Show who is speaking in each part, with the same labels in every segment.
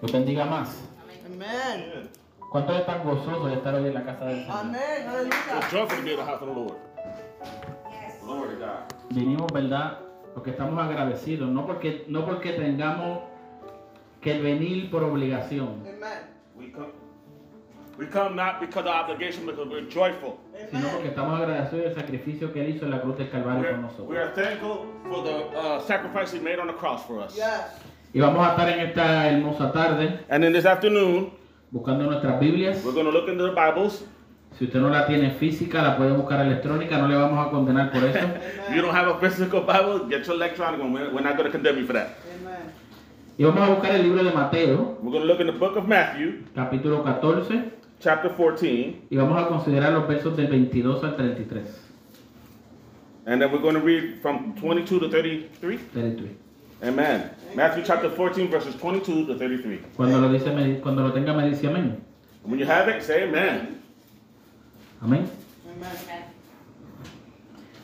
Speaker 1: Dios bendiga más.
Speaker 2: Amen.
Speaker 3: Amen.
Speaker 1: ¿Cuántos están gozosos de estar hoy en la casa del Señor?
Speaker 2: Amen.
Speaker 3: It's
Speaker 2: Hallelujah.
Speaker 3: joyful to be in the house of the Lord. Glory to God.
Speaker 1: Vinimos, ¿verdad? Porque estamos agradecidos, no porque, no porque tengamos que venir por obligación,
Speaker 2: Amen.
Speaker 3: We come. We come not because of obligation, because we're joyful.
Speaker 1: sino porque
Speaker 2: Amen.
Speaker 1: estamos agradecidos del sacrificio que Él hizo en la cruz del Calvario
Speaker 3: We're,
Speaker 1: con nosotros.
Speaker 3: we are thankful for the uh, sacrifice He made on the cross for us.
Speaker 2: Yes.
Speaker 1: Y vamos a estar en esta hermosa tarde
Speaker 3: And then this afternoon,
Speaker 1: buscando nuestras Biblias.
Speaker 3: we're going to look into the Bibles.
Speaker 1: Si usted no la tiene física, la puede buscar electrónica, no le vamos a condenar por eso.
Speaker 3: If you don't have a physical Bible, get your electronic one. We're we're not going to condemn you for that.
Speaker 2: Amen.
Speaker 1: Y vamos a buscar el libro de Mateo,
Speaker 3: We're going to look in the book of Matthew,
Speaker 1: capítulo 14,
Speaker 3: chapter 14,
Speaker 1: y vamos a considerar los versos del 22 al 33.
Speaker 3: and then we're going to read from 22 to 33.
Speaker 1: 33.
Speaker 3: Amen. Matthew chapter 14, verses 22 to 33.
Speaker 1: Cuando lo, dice, me- cuando lo tenga me dice amén.
Speaker 3: When you have it, say amen.
Speaker 1: Amén.
Speaker 2: Amen.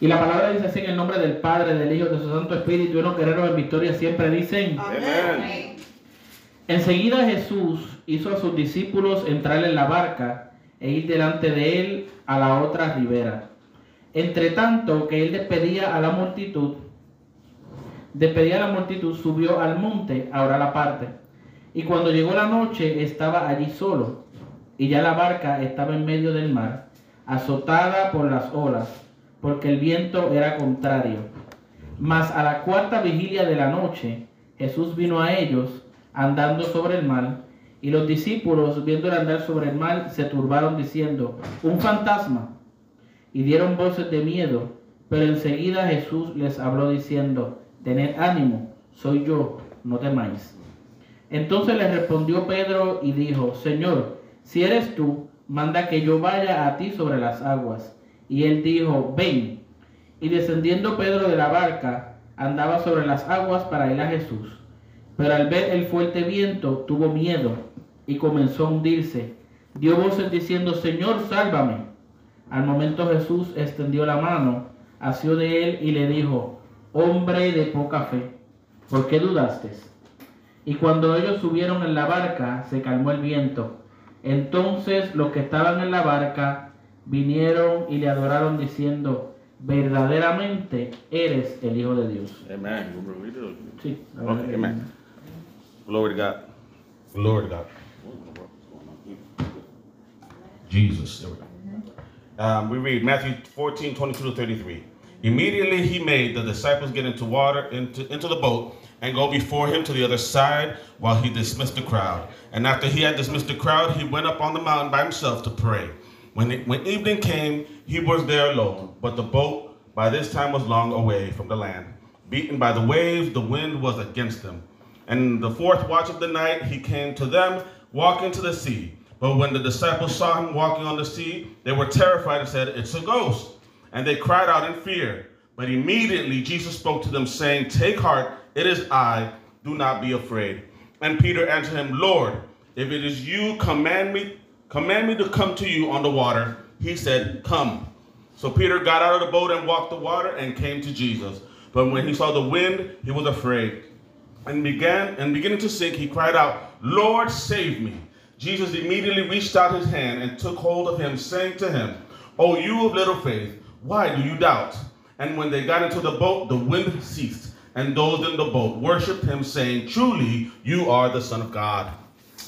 Speaker 1: Y la palabra dice así en el nombre del Padre, del Hijo, de su Santo Espíritu, y unos guerreros en victoria siempre dicen.
Speaker 2: Amen.
Speaker 1: Enseguida Jesús hizo a sus discípulos entrar en la barca e ir delante de él a la otra ribera. Entre tanto que él despedía a la multitud, despedía a la multitud, subió al monte, ahora la parte. Y cuando llegó la noche estaba allí solo, y ya la barca estaba en medio del mar, azotada por las olas, porque el viento era contrario. Mas a la cuarta vigilia de la noche, Jesús vino a ellos andando sobre el mar, y los discípulos, viéndole andar sobre el mar, se turbaron diciendo, un fantasma, y dieron voces de miedo, pero enseguida Jesús les habló diciendo, tened ánimo, soy yo, no temáis. Entonces le respondió Pedro y dijo, Señor, si eres tú, manda que yo vaya a ti sobre las aguas. Y él dijo, ven. Y descendiendo Pedro de la barca, andaba sobre las aguas para ir a Jesús. Pero al ver el fuerte viento, tuvo miedo y comenzó a hundirse. Dio voces diciendo, Señor, sálvame. Al momento Jesús extendió la mano, asió de él y le dijo, hombre de poca fe, ¿por qué dudaste? Y cuando ellos subieron en la barca, se calmó el viento. Entonces los que estaban en la barca vinieron y le adoraron diciendo, verdaderamente eres el Hijo de Dios.
Speaker 3: Amen. We're gonna read it.
Speaker 1: Sí, la verdad
Speaker 3: Okay,
Speaker 1: que-
Speaker 3: amen. Glory to God.
Speaker 4: Glory to God. Jesus. There we go.
Speaker 3: Um, we read Matthew 14, 22 to 33. Immediately he made the disciples get into water, into, into the boat, and go before him to the other side while he dismissed the crowd. And after he had dismissed the crowd, he went up on the mountain by himself to pray. When, it, when evening came, he was there alone, but the boat by this time was long away from the land. Beaten by the waves, the wind was against them. And the fourth watch of the night he came to them, walking to the sea. But when the disciples saw him walking on the sea, they were terrified and said, It's a ghost. And they cried out in fear. But immediately Jesus spoke to them, saying, Take heart, it is I, do not be afraid. And Peter answered him, Lord, if it is you, command me, command me to come to you on the water. He said, Come. So Peter got out of the boat and walked the water and came to Jesus. But when he saw the wind, he was afraid and began and beginning to sink, he cried out, "Lord, save me!" Jesus immediately reached out his hand and took hold of him, saying to him, "O you of little faith, why do you doubt?" And when they got into the boat, the wind ceased, and those in the boat worshipped him, saying, "Truly, you are the Son of God."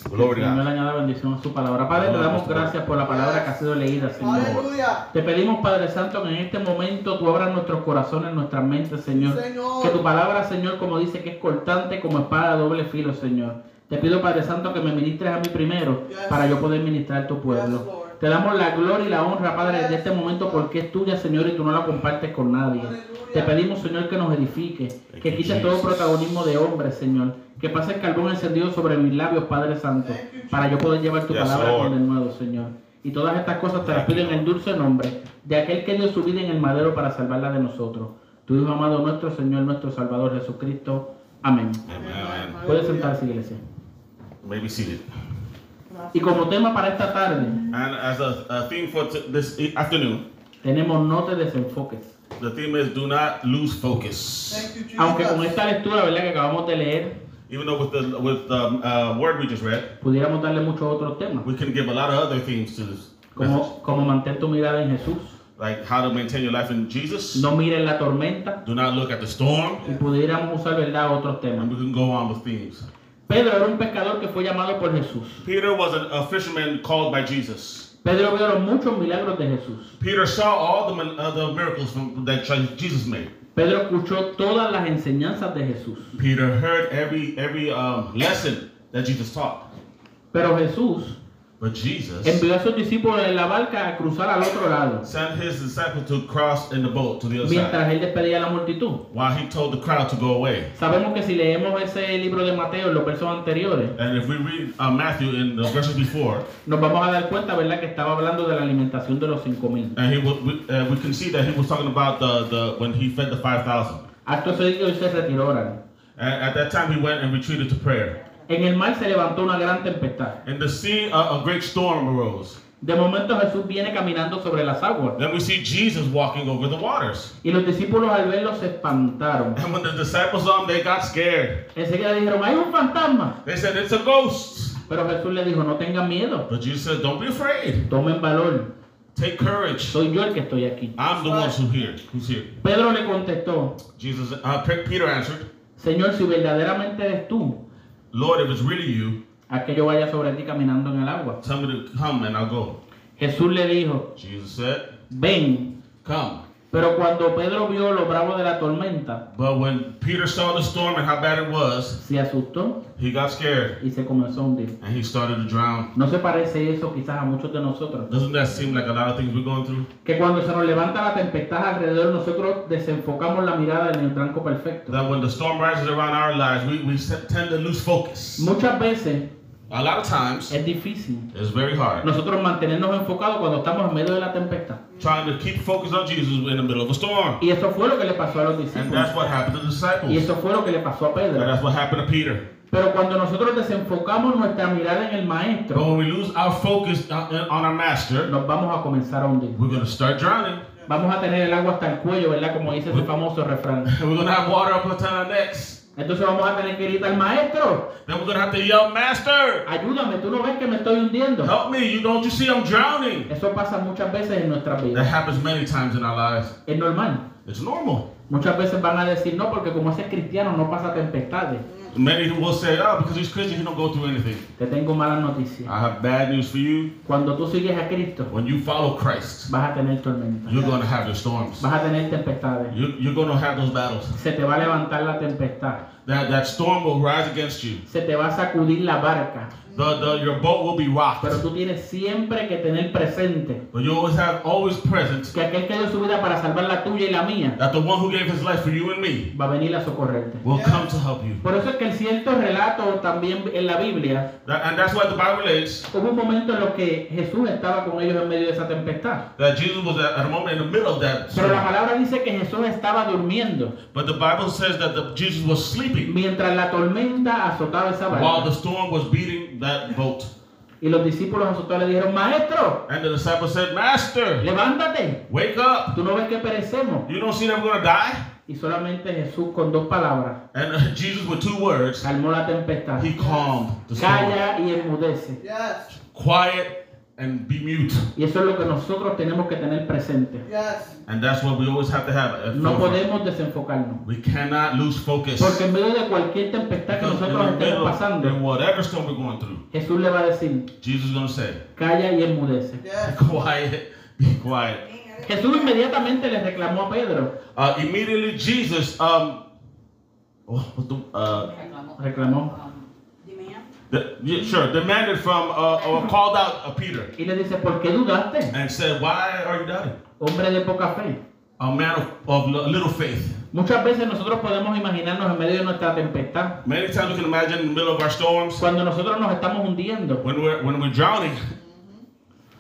Speaker 3: Glory to
Speaker 1: Señor,
Speaker 3: God.
Speaker 1: le añada bendición a su palabra. Padre, te damos gracias por la palabra que ha sido leída, Señor.
Speaker 2: Hallelujah.
Speaker 1: Te pedimos, Padre Santo, que en este momento tú abras nuestros corazones, nuestras mentes, Señor.
Speaker 2: Señor.
Speaker 1: Que tu palabra, Señor, como dice, que es cortante como espada de doble filo, Señor. Te pido, Padre Santo, que me ministres a mí primero
Speaker 2: Yes.
Speaker 1: para yo poder ministrar a tu
Speaker 2: Yes,
Speaker 1: pueblo.
Speaker 2: Lord.
Speaker 1: Te damos la gloria y la honra, Padre,
Speaker 2: Yes.
Speaker 1: de este momento porque es tuya, Señor, y tú no la compartes con nadie.
Speaker 2: Hallelujah.
Speaker 1: Te pedimos, Señor, que nos edifique, que
Speaker 3: you,
Speaker 1: quites todo
Speaker 3: Jesus.
Speaker 1: protagonismo de hombres, Señor. Que pase el carbón encendido sobre mis labios, Padre Santo,
Speaker 2: Thank you, Jesus.
Speaker 1: para yo poder llevar tu
Speaker 3: Yes,
Speaker 1: palabra
Speaker 3: Lord.
Speaker 1: con de nuevo, Señor. Y todas estas cosas te las
Speaker 3: Thank you,
Speaker 1: pido en el dulce nombre de aquel que dio su vida en el madero para salvarla de nosotros. Tu Hijo amado nuestro, Señor nuestro Salvador Jesucristo. Amén.
Speaker 3: Amen.
Speaker 1: Puede sentarse, iglesia.
Speaker 3: You may be seated.
Speaker 1: Y como tema para esta tarde,
Speaker 3: And as a, a theme for t- this e- afternoon,
Speaker 1: tenemos no te desenfoques.
Speaker 3: the theme is do not lose focus.
Speaker 2: Thank you, Jesus.
Speaker 1: Aunque con esta lectura, ¿verdad? Que acabamos de leer,
Speaker 3: even though with the with the uh, word we just read,
Speaker 1: Pudiéramos darle muchos otros temas,
Speaker 3: we can give a lot of other themes to this message,
Speaker 1: como, como mantén tu mirada en Jesús,
Speaker 3: like how to maintain your life in Jesus.
Speaker 1: no mires la tormenta,
Speaker 3: Do not look at the storm,
Speaker 1: y pudiéramos usar, ¿verdad?, otros
Speaker 3: and
Speaker 1: temas.
Speaker 3: we can go on with themes.
Speaker 1: Pedro era un pescador que fue llamado por Jesús.
Speaker 3: Peter was an, a fisherman called by Jesus.
Speaker 1: Pedro vio los muchos milagros de Jesús.
Speaker 3: Peter saw all the, min- uh, the miracles from, that Jesus made.
Speaker 1: Pedro escuchó todas las enseñanzas de Jesús.
Speaker 3: Peter heard every every um, lesson that Jesus taught,
Speaker 1: Pero Jesús
Speaker 3: but Jesus
Speaker 1: envió a sus discípulos en la barca a cruzar al otro lado,
Speaker 3: sent his disciples to cross in the boat to the other side,
Speaker 1: mientras él despedía a la multitud.
Speaker 3: while he told the crowd to go away.
Speaker 1: Sabemos que si leemos ese libro de Mateo en los versos anteriores,
Speaker 3: And if we read uh, Matthew in the verses before,
Speaker 1: nos vamos a dar cuenta, ¿verdad?, que estaba hablando de la alimentación de los 5.000.
Speaker 3: and he was, we, uh, we can see that he was talking about the, the when he fed the five thousand.
Speaker 1: Acto seguido, él se retiró a orar.
Speaker 3: And at that time, he went and retreated to prayer.
Speaker 1: En el mar se levantó una gran tempestad.
Speaker 3: In the sea, a, a great storm arose.
Speaker 1: De momento Jesús viene caminando sobre las aguas.
Speaker 3: Then we see Jesus walking over the waters.
Speaker 1: Y los discípulos al verlo se espantaron.
Speaker 3: And when the disciples saw him, they got scared.
Speaker 1: Enseguida dijeron, hay un fantasma.
Speaker 3: They said, "It's a ghost."
Speaker 1: Pero Jesús le dijo, no tengan miedo,
Speaker 3: But Jesus said, "Don't be afraid.
Speaker 1: tomen valor.
Speaker 3: Take courage.
Speaker 1: Soy yo el que estoy aquí.
Speaker 3: I'm the one who's here. Who's here?"
Speaker 1: Pedro le contestó,
Speaker 3: Jesus, uh, Pe- Peter answered,
Speaker 1: Señor, si verdaderamente eres tú,
Speaker 3: "Lord, if it's really you,
Speaker 1: haz que yo vaya sobre ti caminando en el agua.
Speaker 3: tell me to come, and I'll go."
Speaker 1: Jesús le dijo,
Speaker 3: Jesus said,
Speaker 1: ven.
Speaker 3: "Come."
Speaker 1: Pero cuando Pedro vio lo bravo de la tormenta,
Speaker 3: But when Peter saw the storm and how bad it was,
Speaker 1: se asustó
Speaker 3: he got scared
Speaker 1: y se comenzó a hundir.
Speaker 3: and he started to drown.
Speaker 1: ¿No se parece eso quizás a muchos de nosotros?
Speaker 3: Doesn't that seem like a lot of things we're going through?
Speaker 1: Que cuando se nos levanta la tempestad alrededor, nosotros desenfocamos la mirada en el blanco perfecto.
Speaker 3: That when the storm rises around our lives, we, we se- tend to lose focus.
Speaker 1: Muchas veces
Speaker 3: A lot of times,
Speaker 1: es difícil
Speaker 3: it's very hard.
Speaker 1: nosotros mantenernos enfocados cuando estamos en medio de la tempestad.
Speaker 3: Trying to keep focus on Jesus in the middle of a storm.
Speaker 1: Y eso fue lo que le pasó a los
Speaker 3: And
Speaker 1: discípulos.
Speaker 3: that's what happened to the
Speaker 1: Y
Speaker 3: disciples.
Speaker 1: eso fue lo que le pasó a
Speaker 3: And
Speaker 1: Pedro.
Speaker 3: that's what happened to Peter.
Speaker 1: Pero cuando nosotros desenfocamos nuestra mirada en el
Speaker 3: But
Speaker 1: Maestro,
Speaker 3: when we lose our focus on on our master,
Speaker 1: nos vamos a comenzar a hundir.
Speaker 3: we're going to start drowning.
Speaker 1: Vamos a tener el agua hasta el cuello, ¿verdad? Como dice ese famoso refrán.
Speaker 3: And we're going to have water up until our necks.
Speaker 1: Entonces vamos a tener que gritar, maestro,
Speaker 3: Then we're going to have to yell, Master,
Speaker 1: ayúdame, tú no ves que me estoy hundiendo.
Speaker 3: help me. You don't you see I'm drowning?
Speaker 1: Eso pasa muchas veces en nuestras
Speaker 3: That
Speaker 1: vidas.
Speaker 3: happens many times in our lives.
Speaker 1: Es normal.
Speaker 3: It's normal.
Speaker 1: Muchas veces van a decir no, porque como ese es cristiano no pasa tempestades.
Speaker 3: Many will say, oh, because he's Christian, he don't go through anything.
Speaker 1: Te tengo malas noticias.
Speaker 3: I have bad news for you.
Speaker 1: Cuando tú sigues a Cristo,
Speaker 3: When you follow Christ,
Speaker 1: vas a tener tormenta.
Speaker 3: you're going to have your storms.
Speaker 1: Vas a tener tempestades.
Speaker 3: You, you're going to have those battles.
Speaker 1: Se te va a levantar la tempestad.
Speaker 3: That, that storm will rise against you.
Speaker 1: Se te va a sacudir la barca.
Speaker 3: The, the, your boat will be rocked.
Speaker 1: Pero tú tienes siempre que tener presente
Speaker 3: But you always have, always present,
Speaker 1: que aquel que dio su vida para salvar la tuya y la mía
Speaker 3: that the one who gave his life for you and me
Speaker 1: va a venir a socorrerte.
Speaker 3: will come to help you.
Speaker 1: Por eso es que en ciertos relatos también en la Biblia
Speaker 3: That, and that's why the Bible relates
Speaker 1: hubo un momento en los que Jesús estaba con ellos en medio de esa tempestad.
Speaker 3: that Jesus was at, at a moment in the middle of that
Speaker 1: Pero la
Speaker 3: storm.
Speaker 1: palabra dice que Jesús estaba durmiendo
Speaker 3: But the Bible says that the, Jesus was sleeping
Speaker 1: mientras la tormenta azotaba esa
Speaker 3: while the
Speaker 1: barca.
Speaker 3: storm was beating that boat.
Speaker 1: Y los discípulos azotados le dijeron, Maestro,
Speaker 3: And the disciples said, Master,
Speaker 1: levántate,
Speaker 3: wake up.
Speaker 1: tú no ves que perecemos.
Speaker 3: You don't see that we're going to die?
Speaker 1: Y solamente Jesús con dos palabras
Speaker 3: And uh, Jesus, with two words,
Speaker 1: calmó la tempestad.
Speaker 3: he calmed the storm.
Speaker 1: Calla y enmudece.
Speaker 2: Yes.
Speaker 3: Quiet and be mute.
Speaker 1: Y eso es lo que nosotros tenemos que tener presente.
Speaker 2: Yes.
Speaker 3: And that's what we always have to have. at
Speaker 1: No
Speaker 3: forefront.
Speaker 1: podemos desenfocarnos.
Speaker 3: We cannot lose focus.
Speaker 1: Porque en medio de cualquier tempestad que
Speaker 3: Because in
Speaker 1: nosotros
Speaker 3: the middle,
Speaker 1: estemos pasando,
Speaker 3: in whatever storm we're going through,
Speaker 1: Jesús le va a decir,
Speaker 3: Jesus is going to say,
Speaker 1: calla y enmudece.
Speaker 2: Yes.
Speaker 3: quiet, be quiet.
Speaker 1: Jesús inmediatamente le reclamó a Pedro,
Speaker 3: Uh, immediately, Jesus, um, oh, what was the- uh,
Speaker 1: reclamó,
Speaker 3: the- yeah, sure, demanded from, uh, or called out uh, Peter
Speaker 1: y le dice, ¿por qué dudaste,
Speaker 3: and said, Why are you doubting?
Speaker 1: hombre de poca fe?
Speaker 3: A man of, of li- little faith.
Speaker 1: Muchas veces nosotros podemos imaginarnos en medio de nuestra tempestad,
Speaker 3: Many times we can imagine in the middle of our storms,
Speaker 1: cuando nosotros nos estamos hundiendo,
Speaker 3: when we're, when we're drowning,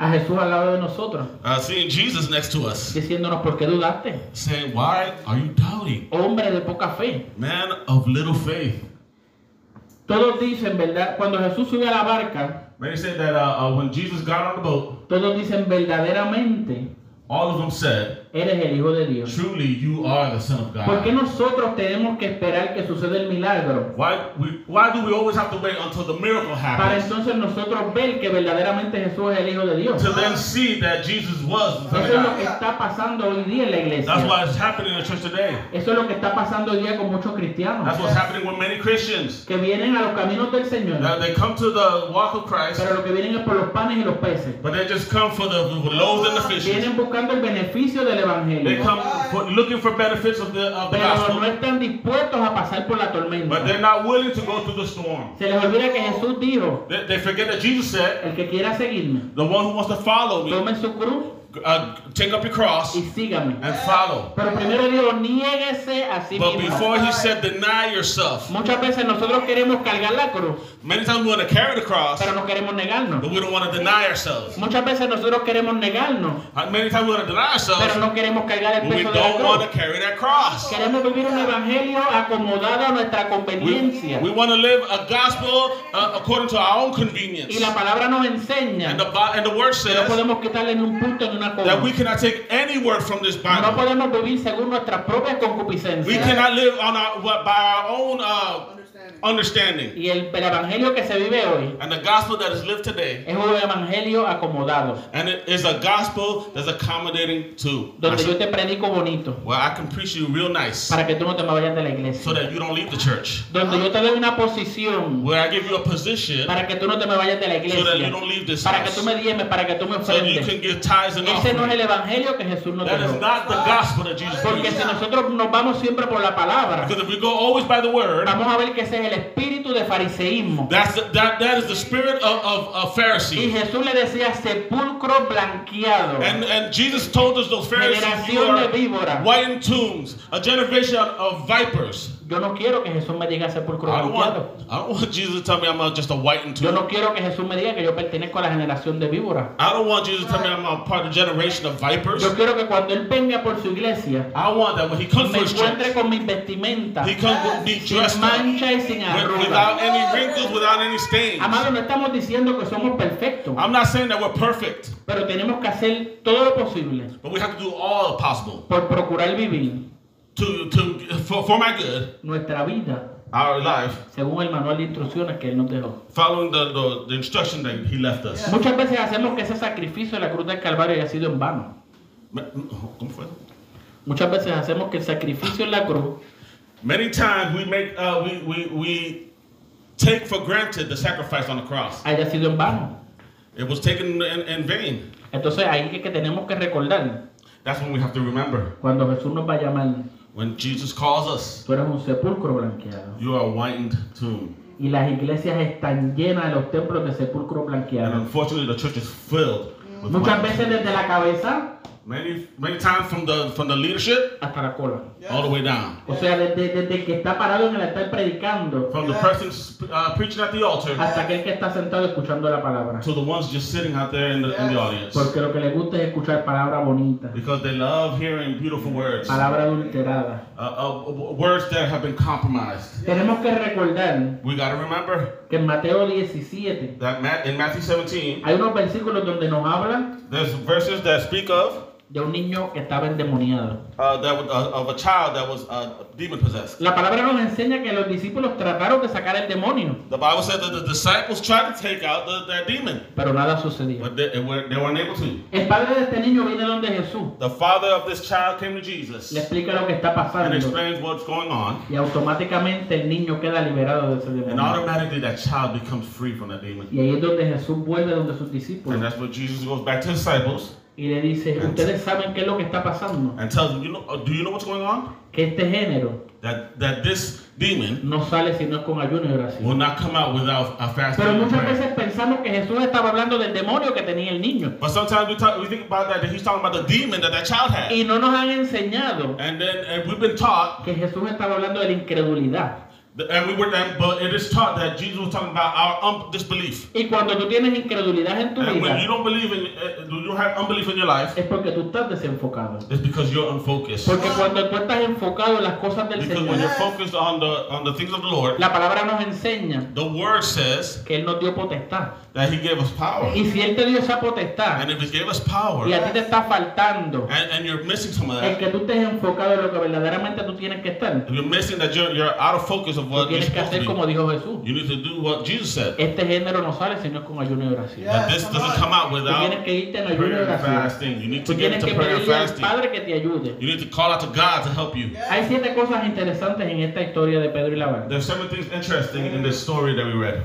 Speaker 1: a Jesús al lado de nosotros,
Speaker 3: uh, seeing Jesus next to us,
Speaker 1: diciéndonos, ¿por qué dudaste?
Speaker 3: saying, Why are you doubting?
Speaker 1: Hombre de poca fe.
Speaker 3: Man of little faith.
Speaker 1: Todos dicen, ¿verdad? Cuando Jesús sube a la barca,
Speaker 3: Many said that uh, uh, when Jesus got on the boat,
Speaker 1: todos dicen verdaderamente
Speaker 3: all of them said,
Speaker 1: eres el Hijo de Dios.
Speaker 4: Truly, you are the Son of
Speaker 1: ¿Por qué
Speaker 4: God.
Speaker 1: nosotros tenemos que esperar que suceda el milagro?
Speaker 3: Why, we, why do we always have to wait until the miracle
Speaker 1: Para
Speaker 3: happens
Speaker 1: entonces nosotros ver que verdaderamente Jesús es el Hijo de Dios.
Speaker 3: to then see that Jesus was the
Speaker 1: Eso es
Speaker 3: Son of
Speaker 1: lo
Speaker 3: God?
Speaker 1: que está pasando hoy día en la
Speaker 3: That's
Speaker 1: iglesia.
Speaker 3: why it's happening in the church today.
Speaker 1: Eso es lo que está pasando hoy día con muchos
Speaker 3: That's
Speaker 1: cristianos
Speaker 3: what's happening with many Christians.
Speaker 1: que vienen a los caminos del Señor,
Speaker 3: Now, they come to the walk of Christ,
Speaker 1: pero lo que vienen es por los panes y los peces.
Speaker 3: but they just come for the loaves and the fishes.
Speaker 1: Vienen buscando el beneficio del
Speaker 3: They
Speaker 1: evangelio,
Speaker 3: come for, looking for benefits of the, of the
Speaker 1: pero no
Speaker 3: gospel,
Speaker 1: están dispuestos a pasar por la
Speaker 3: but
Speaker 1: tormenta.
Speaker 3: they're not willing to go through the storm.
Speaker 1: Se les olvida que Jesús dijo,
Speaker 3: They, they forget that Jesus said,
Speaker 1: el que quiera seguirme,
Speaker 3: the one who wants to follow me,
Speaker 1: tome su cruz
Speaker 3: uh, take up your cross
Speaker 1: y sígame.
Speaker 3: and follow.
Speaker 1: Pero primero dijo, niéguese a sí
Speaker 3: But
Speaker 1: mismo.
Speaker 3: before he said, deny yourself.
Speaker 1: Muchas veces nosotros queremos cargar la cruz,
Speaker 3: Many times we want to carry the cross,
Speaker 1: pero no queremos
Speaker 3: but
Speaker 1: negarnos.
Speaker 3: we don't want to deny ourselves.
Speaker 1: Muchas veces nosotros queremos negarnos,
Speaker 3: Uh, Many times we want to
Speaker 1: pero
Speaker 3: deny ourselves,
Speaker 1: no queremos cargar el
Speaker 3: but we
Speaker 1: peso de la
Speaker 3: don't want
Speaker 1: cruz.
Speaker 3: to carry that cross.
Speaker 1: Queremos vivir un evangelio acomodado a nuestra conveniencia.
Speaker 3: We want to live a gospel uh, according to our own convenience.
Speaker 1: Y la palabra nos enseña
Speaker 3: And the, Bi- and the word
Speaker 1: que no
Speaker 3: says
Speaker 1: podemos quitarle ni un punto ni una
Speaker 3: that
Speaker 1: coma.
Speaker 3: we cannot take any word from this
Speaker 1: No
Speaker 3: Bible.
Speaker 1: podemos vivir según nuestras propias
Speaker 3: We
Speaker 1: concupiscencias.
Speaker 3: cannot live on our what- by our own uh, understanding.
Speaker 1: Y el, el evangelio que se vive hoy
Speaker 3: And the gospel that is lived today,
Speaker 1: es un evangelio acomodado,
Speaker 3: and it is a gospel that's accommodating to.
Speaker 1: donde yo te predico bonito,
Speaker 3: Well, I can preach you real nice
Speaker 1: para que tú no te me vayas de la
Speaker 3: so
Speaker 1: iglesia.
Speaker 3: that you don't leave the church.
Speaker 1: Donde yo te doy una posición,
Speaker 3: Where I give you a position
Speaker 1: para que tú no te me vayas de la
Speaker 3: so that you
Speaker 1: iglesia.
Speaker 3: don't leave this
Speaker 1: Para que tú
Speaker 3: house.
Speaker 1: me diezmes, para que tú me
Speaker 3: So you can
Speaker 1: ofrendes.
Speaker 3: give tithes and
Speaker 1: Ese no es el
Speaker 3: offerings.
Speaker 1: evangelio que Jesús nos
Speaker 3: That is
Speaker 1: dio.
Speaker 3: not the gospel that Jesus
Speaker 1: Porque
Speaker 3: preached.
Speaker 1: si nosotros nos vamos siempre por la palabra,
Speaker 3: Because if we go always by the word,
Speaker 1: vamos a ver que ese es el espíritu de fariseísmo.
Speaker 3: that's the, that that is the spirit of, of, of
Speaker 1: Y
Speaker 3: Pharisees.
Speaker 1: Jesús le decía sepulcro blanqueado.
Speaker 3: And and Jesus told us those Pharisees you
Speaker 1: Generación de
Speaker 3: are
Speaker 1: víboras.
Speaker 3: whitened tombs, a generation of vipers.
Speaker 1: Yo no quiero que Jesús me diga sepulcro
Speaker 3: I don't
Speaker 1: blanqueado.
Speaker 3: want I don't want Jesus to tell me I'm a, just a whitened
Speaker 1: Yo
Speaker 3: tomb.
Speaker 1: no quiero que Jesús me diga que yo pertenezco a la generación de víboras.
Speaker 3: I don't want Jesus to tell me I'm a part of the generation of vipers.
Speaker 1: Yo quiero que cuando Él venga por su iglesia,
Speaker 3: I want that when he comes
Speaker 1: me
Speaker 3: for his church,
Speaker 1: encuentre con mis vestimentas,
Speaker 3: he comes with me dressed
Speaker 1: sin
Speaker 3: up with-
Speaker 1: mancha y sin
Speaker 3: without
Speaker 1: arrugas.
Speaker 3: any wrinkles, without any stains.
Speaker 1: Amado, no estamos diciendo que somos perfectos,
Speaker 3: I'm not saying that we're perfect,
Speaker 1: pero tenemos que hacer todo lo posible
Speaker 3: but we have to do all possible
Speaker 1: por procurar vivir
Speaker 3: to to for, for my good,
Speaker 1: nuestra vida
Speaker 3: our life,
Speaker 1: según el manual de instrucciones que Él nos dejó.
Speaker 3: following the, the, the instruction that he left us.
Speaker 1: Muchas veces hacemos que ese sacrificio de la cruz del Calvario haya sido en vano.
Speaker 3: Ma- ¿Cómo fue?
Speaker 1: Muchas veces hacemos que el sacrificio en la cruz
Speaker 3: Many times we make uh, we, we we take for granted the sacrifice on the cross.
Speaker 1: haya sido en vano.
Speaker 3: It was taken in, in vain.
Speaker 1: Entonces ahí es que tenemos que recordar,
Speaker 3: That's when we have to remember
Speaker 1: cuando Jesús nos va a llamar,
Speaker 3: when Jesus calls us.
Speaker 1: tú eres un sepulcro blanqueado.
Speaker 3: You are a whitened tomb,
Speaker 1: Y las iglesias están llenas de los templos de sepulcro
Speaker 3: and
Speaker 1: blanqueado.
Speaker 3: unfortunately, the church is filled with
Speaker 1: Muchas
Speaker 3: white.
Speaker 1: veces desde la cabeza
Speaker 3: many many times from the from the leadership
Speaker 1: hasta la cola.
Speaker 3: all the way down,
Speaker 1: O sea, desde, desde el que está parado en el altar predicando
Speaker 3: from the
Speaker 2: Yeah.
Speaker 3: person uh, preaching at the altar
Speaker 1: hasta aquel que está sentado escuchando la palabra.
Speaker 3: to the ones just sitting out there in the, in the audience,
Speaker 1: Porque lo que le gusta es escuchar palabra bonita,
Speaker 3: because they love hearing beautiful words, uh,
Speaker 1: palabra adulterada.
Speaker 3: uh, uh, words that have been compromised.
Speaker 1: Tenemos que recordar
Speaker 3: We got to remember
Speaker 1: que en Mateo 17
Speaker 3: that Ma- in Matthew 17,
Speaker 1: hay unos versículos donde nos hablan
Speaker 3: there's verses that speak of
Speaker 1: de un niño que estaba endemoniado.
Speaker 3: uh, that was- uh, of a child that was uh, demon possessed.
Speaker 1: La palabra nos enseña que los discípulos trataron de sacar el demonio,
Speaker 3: The Bible said that the disciples tried to take out the, that demon,
Speaker 1: pero nada sucedió.
Speaker 3: but they, they weren't they weren't able to.
Speaker 1: El padre de este niño viene donde Jesús,
Speaker 3: The father of this child came to Jesus
Speaker 1: le explica lo que está
Speaker 3: and
Speaker 1: pasando
Speaker 3: explains what's going on,
Speaker 1: y automáticamente el niño queda liberado de ese
Speaker 3: and
Speaker 1: demonio.
Speaker 3: automatically that child becomes free from that demon.
Speaker 1: Y ahí es donde Jesús vuelve donde sus
Speaker 3: And
Speaker 1: discípulos
Speaker 3: that's what Jesus goes back to his disciples
Speaker 1: y le dice, ustedes saben qué es lo que está pasando,
Speaker 3: and tells them, you know, uh, do you know what's going on?
Speaker 1: que este género
Speaker 3: That that this demon
Speaker 1: no sale si no es con ayuno y
Speaker 3: will
Speaker 1: oración.
Speaker 3: not come out without a fasting.
Speaker 1: Pero
Speaker 3: and
Speaker 1: muchas
Speaker 3: prayer.
Speaker 1: veces pensamos que Jesús estaba hablando del demonio que tenía el niño
Speaker 3: But sometimes we talk, we think about that, that he's talking about the demon that that child had.
Speaker 1: y no nos han enseñado
Speaker 3: And then and we've been taught
Speaker 1: que Jesús estaba hablando de la incredulidad.
Speaker 3: The- And we were, and, but it is taught that Jesus was talking about our um, disbelief.
Speaker 1: Y cuando tú tienes incredulidad en tu
Speaker 3: And when
Speaker 1: vida,
Speaker 3: you don't believe in, uh, you don't have unbelief in your life,
Speaker 1: es porque tú estás desenfocado.
Speaker 3: it's because you're unfocused.
Speaker 1: Porque cuando tú estás enfocado en las cosas del
Speaker 3: Because when you're
Speaker 1: Señor,
Speaker 3: focused on the on the things of the Lord,
Speaker 1: la palabra nos enseña
Speaker 3: the Word says
Speaker 1: que Él nos dio potestad.
Speaker 3: that He gave us power.
Speaker 1: Y si Él te dio esa potestad
Speaker 3: And if He gave us power,
Speaker 1: y a
Speaker 3: and,
Speaker 1: ti te está faltando
Speaker 3: and you're missing some of
Speaker 1: el
Speaker 3: that,
Speaker 1: que tú estés enfocado en lo que verdaderamente tú tienes que estar,
Speaker 3: if you're missing that you're you're out of focus of
Speaker 1: tú
Speaker 3: what you're
Speaker 1: tienes que
Speaker 3: supposed to
Speaker 1: hacer
Speaker 3: be.
Speaker 1: como dijo Jesús.
Speaker 3: You need to do what Jesus said.
Speaker 1: Este género no sale sino con ayuno y oración.
Speaker 3: That this doesn't come out
Speaker 1: Tú
Speaker 3: without
Speaker 1: tienes que irte en ayuno y
Speaker 3: prayer and
Speaker 1: oración.
Speaker 3: fasting. You need
Speaker 1: Tú
Speaker 3: to get
Speaker 1: tienes
Speaker 3: into
Speaker 1: que
Speaker 3: prayer and
Speaker 1: pedirle al
Speaker 3: fasting.
Speaker 1: Padre que te ayude.
Speaker 3: You need to call out to God to help you.
Speaker 1: Hay siete cosas interesantes en esta historia de Pedro y la barca.
Speaker 3: There's seven things interesting in this story that we read.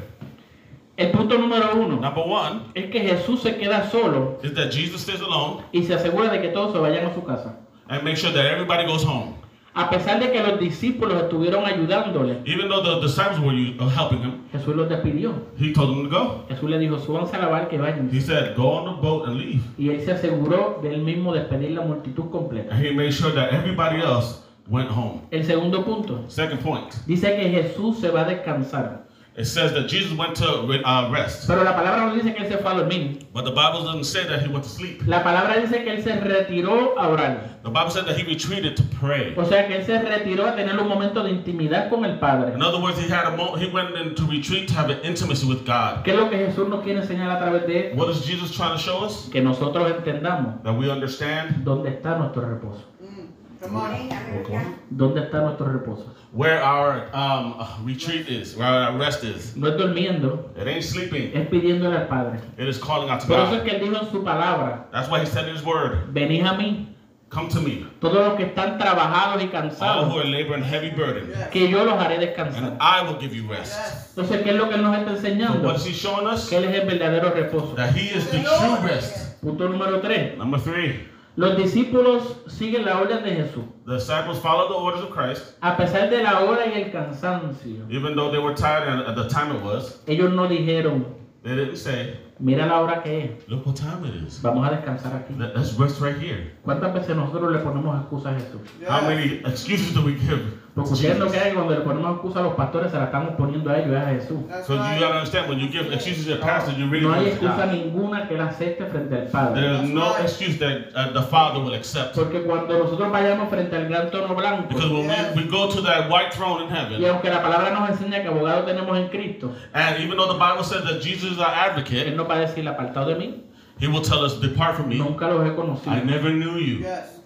Speaker 1: El punto número uno
Speaker 3: Number one
Speaker 1: es que Jesús se queda solo
Speaker 3: is that Jesus stays alone
Speaker 1: y se asegura de que todos se vayan a su casa.
Speaker 3: and make sure that everybody goes home.
Speaker 1: A pesar de que los discípulos estuvieron ayudándole,
Speaker 3: Even though the disciples were u- uh, helping him,
Speaker 1: Jesús los despidió.
Speaker 3: he told them to go.
Speaker 1: Jesús le dijo, súbanse a la barca y vayan.
Speaker 3: He said, Go on the boat and leave.
Speaker 1: Y él se aseguró de él mismo despedir la multitud completa.
Speaker 3: And he made sure that everybody else went home.
Speaker 1: El segundo punto,
Speaker 3: Second point,
Speaker 1: dice que Jesús se va a descansar.
Speaker 3: it says that Jesus went to uh, rest.
Speaker 1: Pero la palabra no dice que él se fue a dormir.
Speaker 3: But the Bible doesn't say that he went to sleep.
Speaker 1: La palabra dice que él se retiró a orar.
Speaker 3: The Bible said that he retreated to pray.
Speaker 1: O sea que él se retiró a tener un momento de intimidad con el Padre.
Speaker 3: In other words, he had a mo- he went into retreat to have an intimacy with God.
Speaker 1: ¿Qué es lo que Jesús nos quiere enseñar a través de esto?
Speaker 3: What is Jesus trying to show us?
Speaker 1: Que nosotros entendamos
Speaker 3: That we understand
Speaker 1: dónde está nuestro reposo.
Speaker 2: Mm. Come on.
Speaker 1: ¿Dónde está nuestro reposo?
Speaker 3: where our um, uh, retreat is, where our rest is.
Speaker 1: No es durmiendo,
Speaker 3: It ain't sleeping.
Speaker 1: es pidiéndole al Padre.
Speaker 3: It is calling out to
Speaker 1: Por eso es
Speaker 3: God.
Speaker 1: que él dijo en su palabra,
Speaker 3: That's why he said in his word,
Speaker 1: venid a mí,
Speaker 3: "Come to me,
Speaker 1: todos los que están trabajados y
Speaker 3: all who
Speaker 1: cansados,
Speaker 3: are laboring heavy burden,
Speaker 1: que yo los haré
Speaker 3: and
Speaker 1: descansar.
Speaker 3: I will give you rest."
Speaker 1: Entonces, ¿qué es lo que él nos está
Speaker 3: So
Speaker 1: enseñando?
Speaker 3: what is he showing us?
Speaker 1: Que él es el verdadero reposo.
Speaker 3: That he is the true rest.
Speaker 1: Punto número 3.
Speaker 3: Number three,
Speaker 1: Los discípulos siguen la orden de Jesús.
Speaker 3: the disciples followed the orders of Christ,
Speaker 1: A pesar de la hora y el cansancio,
Speaker 3: even though they were tired and at the time it was.
Speaker 1: ellos no dijeron,
Speaker 3: They didn't say,
Speaker 1: mira la hora que es,
Speaker 3: "Look what time it is.
Speaker 1: vamos a descansar aquí.
Speaker 3: Let- Let's rest right here."
Speaker 1: ¿Cuántas veces nosotros le ponemos excusas a Jesús?
Speaker 3: How many excuses do we give?
Speaker 1: Porque
Speaker 3: to
Speaker 1: ustedes no
Speaker 3: Jesus?
Speaker 1: crean que cuando le ponemos excusas a los pastores se la estamos poniendo a ellos, es a Jesús.
Speaker 3: So you gotta understand when you give excuses to your pastor, you really
Speaker 1: No
Speaker 3: give
Speaker 1: hay
Speaker 3: it to
Speaker 1: excusa
Speaker 3: God.
Speaker 1: ninguna que él acepte frente al Padre.
Speaker 3: There is no
Speaker 2: That's right.
Speaker 3: excuse that uh, the Father will accept.
Speaker 1: Porque cuando nosotros vayamos frente al gran tono blanco,
Speaker 3: Because when
Speaker 2: Yes.
Speaker 3: we, we go to that white throne in
Speaker 1: y
Speaker 3: heaven,
Speaker 1: aunque la palabra nos enseña que abogado tenemos en Cristo,
Speaker 3: and even though the Bible says that Jesus is our
Speaker 1: Él
Speaker 3: advocate,
Speaker 1: nos va a decir, apartado de mí,
Speaker 3: He will tell us, Depart from me.
Speaker 1: nunca los he
Speaker 3: I
Speaker 1: conocido.
Speaker 3: never knew you.
Speaker 2: Yes.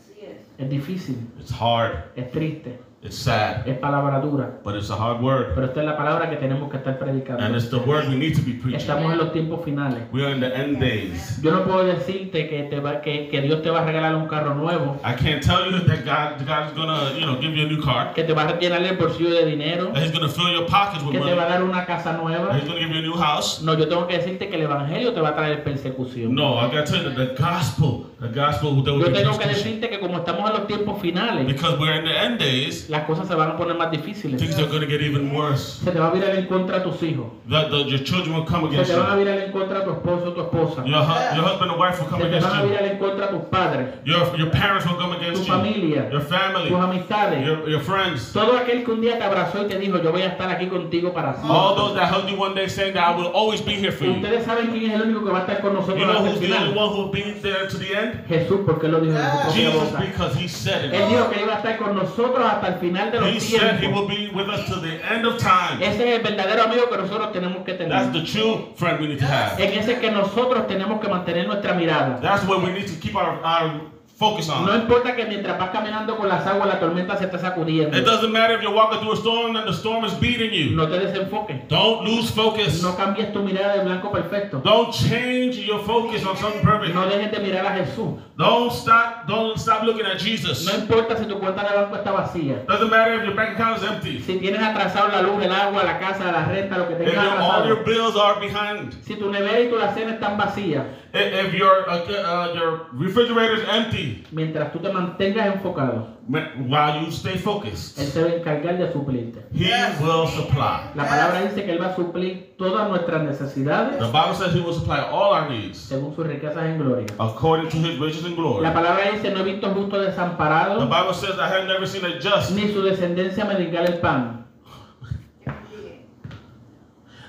Speaker 1: Es difícil,
Speaker 3: It's hard.
Speaker 1: es triste,
Speaker 3: It's sad.
Speaker 1: es palabra dura,
Speaker 3: But it's a hard word.
Speaker 1: pero esta es la palabra que tenemos que estar
Speaker 3: And
Speaker 1: predicando.
Speaker 3: it's the word we need to be preaching.
Speaker 1: Estamos en los tiempos finales.
Speaker 3: We are in the end days.
Speaker 1: Yo no puedo decirte que, te va, que, que Dios te va a regalar un carro nuevo,
Speaker 3: I can't tell you that God, God's gonna, you know, give you a new car.
Speaker 1: que te va a llenar el bolsillo de dinero,
Speaker 3: That He's gonna fill your pockets with
Speaker 1: que te va a
Speaker 3: money.
Speaker 1: dar una casa nueva.
Speaker 3: That He's gonna give you a new house.
Speaker 1: No, yo tengo que decirte que el evangelio te va a traer persecución.
Speaker 3: No, I gotta tell you that the gospel, the gospel, there will
Speaker 1: Yo
Speaker 3: be
Speaker 1: tengo que
Speaker 3: persecution.
Speaker 1: decirte que como estamos en los tiempos finales,
Speaker 3: Because we're in the end days,
Speaker 1: las cosas se van a poner más difíciles.
Speaker 3: things are going to get even worse.
Speaker 1: Se te va a virar en contra a tus hijos.
Speaker 3: The, the, your children will come
Speaker 1: Se
Speaker 3: against
Speaker 1: te
Speaker 3: you.
Speaker 1: van a
Speaker 3: Your,
Speaker 1: virar en contra a tu esposo, tu esposa.
Speaker 3: hu- your husband and wife will come
Speaker 1: Se te van a
Speaker 3: against you.
Speaker 1: virar en contra a tus padres,
Speaker 3: Your, your parents will come
Speaker 1: tu
Speaker 3: against you.
Speaker 1: familia,
Speaker 3: Your
Speaker 1: tus
Speaker 3: family,
Speaker 1: amistades.
Speaker 3: your, your friends.
Speaker 1: Todo aquel que un día te abrazó y te dijo, yo voy a estar aquí contigo para siempre.
Speaker 3: All those that held you one day saying that I will always be here for you.
Speaker 1: Ustedes saben quién es el único que va a estar con
Speaker 3: You
Speaker 1: nosotros
Speaker 3: know
Speaker 1: hasta el
Speaker 3: who's the only
Speaker 1: final.
Speaker 3: one who will be there to the end?
Speaker 1: Jesús, ¿por qué lo dijo en su propia
Speaker 3: Jesus,
Speaker 1: boca?
Speaker 3: because he said
Speaker 1: Él
Speaker 3: it.
Speaker 1: dijo que iba a estar con nosotros hasta el final de
Speaker 3: He
Speaker 1: los
Speaker 3: said he
Speaker 1: tiempos.
Speaker 3: will be with us to the end of time.
Speaker 1: Ese es el verdadero amigo que nosotros tenemos que tener.
Speaker 3: That's the true friend we need to have.
Speaker 1: En ese que nosotros tenemos que mantener nuestra mirada.
Speaker 3: That's what we need to keep our, our focus on.
Speaker 1: No importa que mientras vas caminando con las aguas la tormenta se está sacudiendo.
Speaker 3: It doesn't matter if you're walking through a storm and the storm is beating you.
Speaker 1: No te desenfoques.
Speaker 3: Don't lose focus.
Speaker 1: No cambies tu mirada de blanco perfecto.
Speaker 3: Don't change your focus on something perfect.
Speaker 1: No dejes de mirar a Jesús.
Speaker 3: Don't stop. Don't stop looking at Jesus.
Speaker 1: No importa si tu cuenta de banco está vacía.
Speaker 3: Doesn't matter if your bank account is empty.
Speaker 1: Si tienes atrasado la luz, el agua, la casa, la renta, lo que
Speaker 3: If
Speaker 1: tengas
Speaker 3: your, all your
Speaker 1: atrasado.
Speaker 3: bills are behind.
Speaker 1: Si tu nevera y tu cena están vacías,
Speaker 3: i- If your uh, uh, your refrigerator is empty.
Speaker 1: mientras tú te mantengas enfocado,
Speaker 3: ma- While you stay
Speaker 1: Él
Speaker 3: focused,
Speaker 1: se va a encargar de suplirte.
Speaker 3: He will supply.
Speaker 1: La palabra dice que Él va a suplir todas nuestras necesidades
Speaker 3: The Bible says He will supply all our needs
Speaker 1: según sus riquezas en gloria.
Speaker 3: according to His riches and
Speaker 1: La
Speaker 3: glory.
Speaker 1: palabra dice, no he visto justo
Speaker 3: The
Speaker 1: desamparado,
Speaker 3: Bible says, "I have never seen a just."
Speaker 1: ni su descendencia mendigar el pan.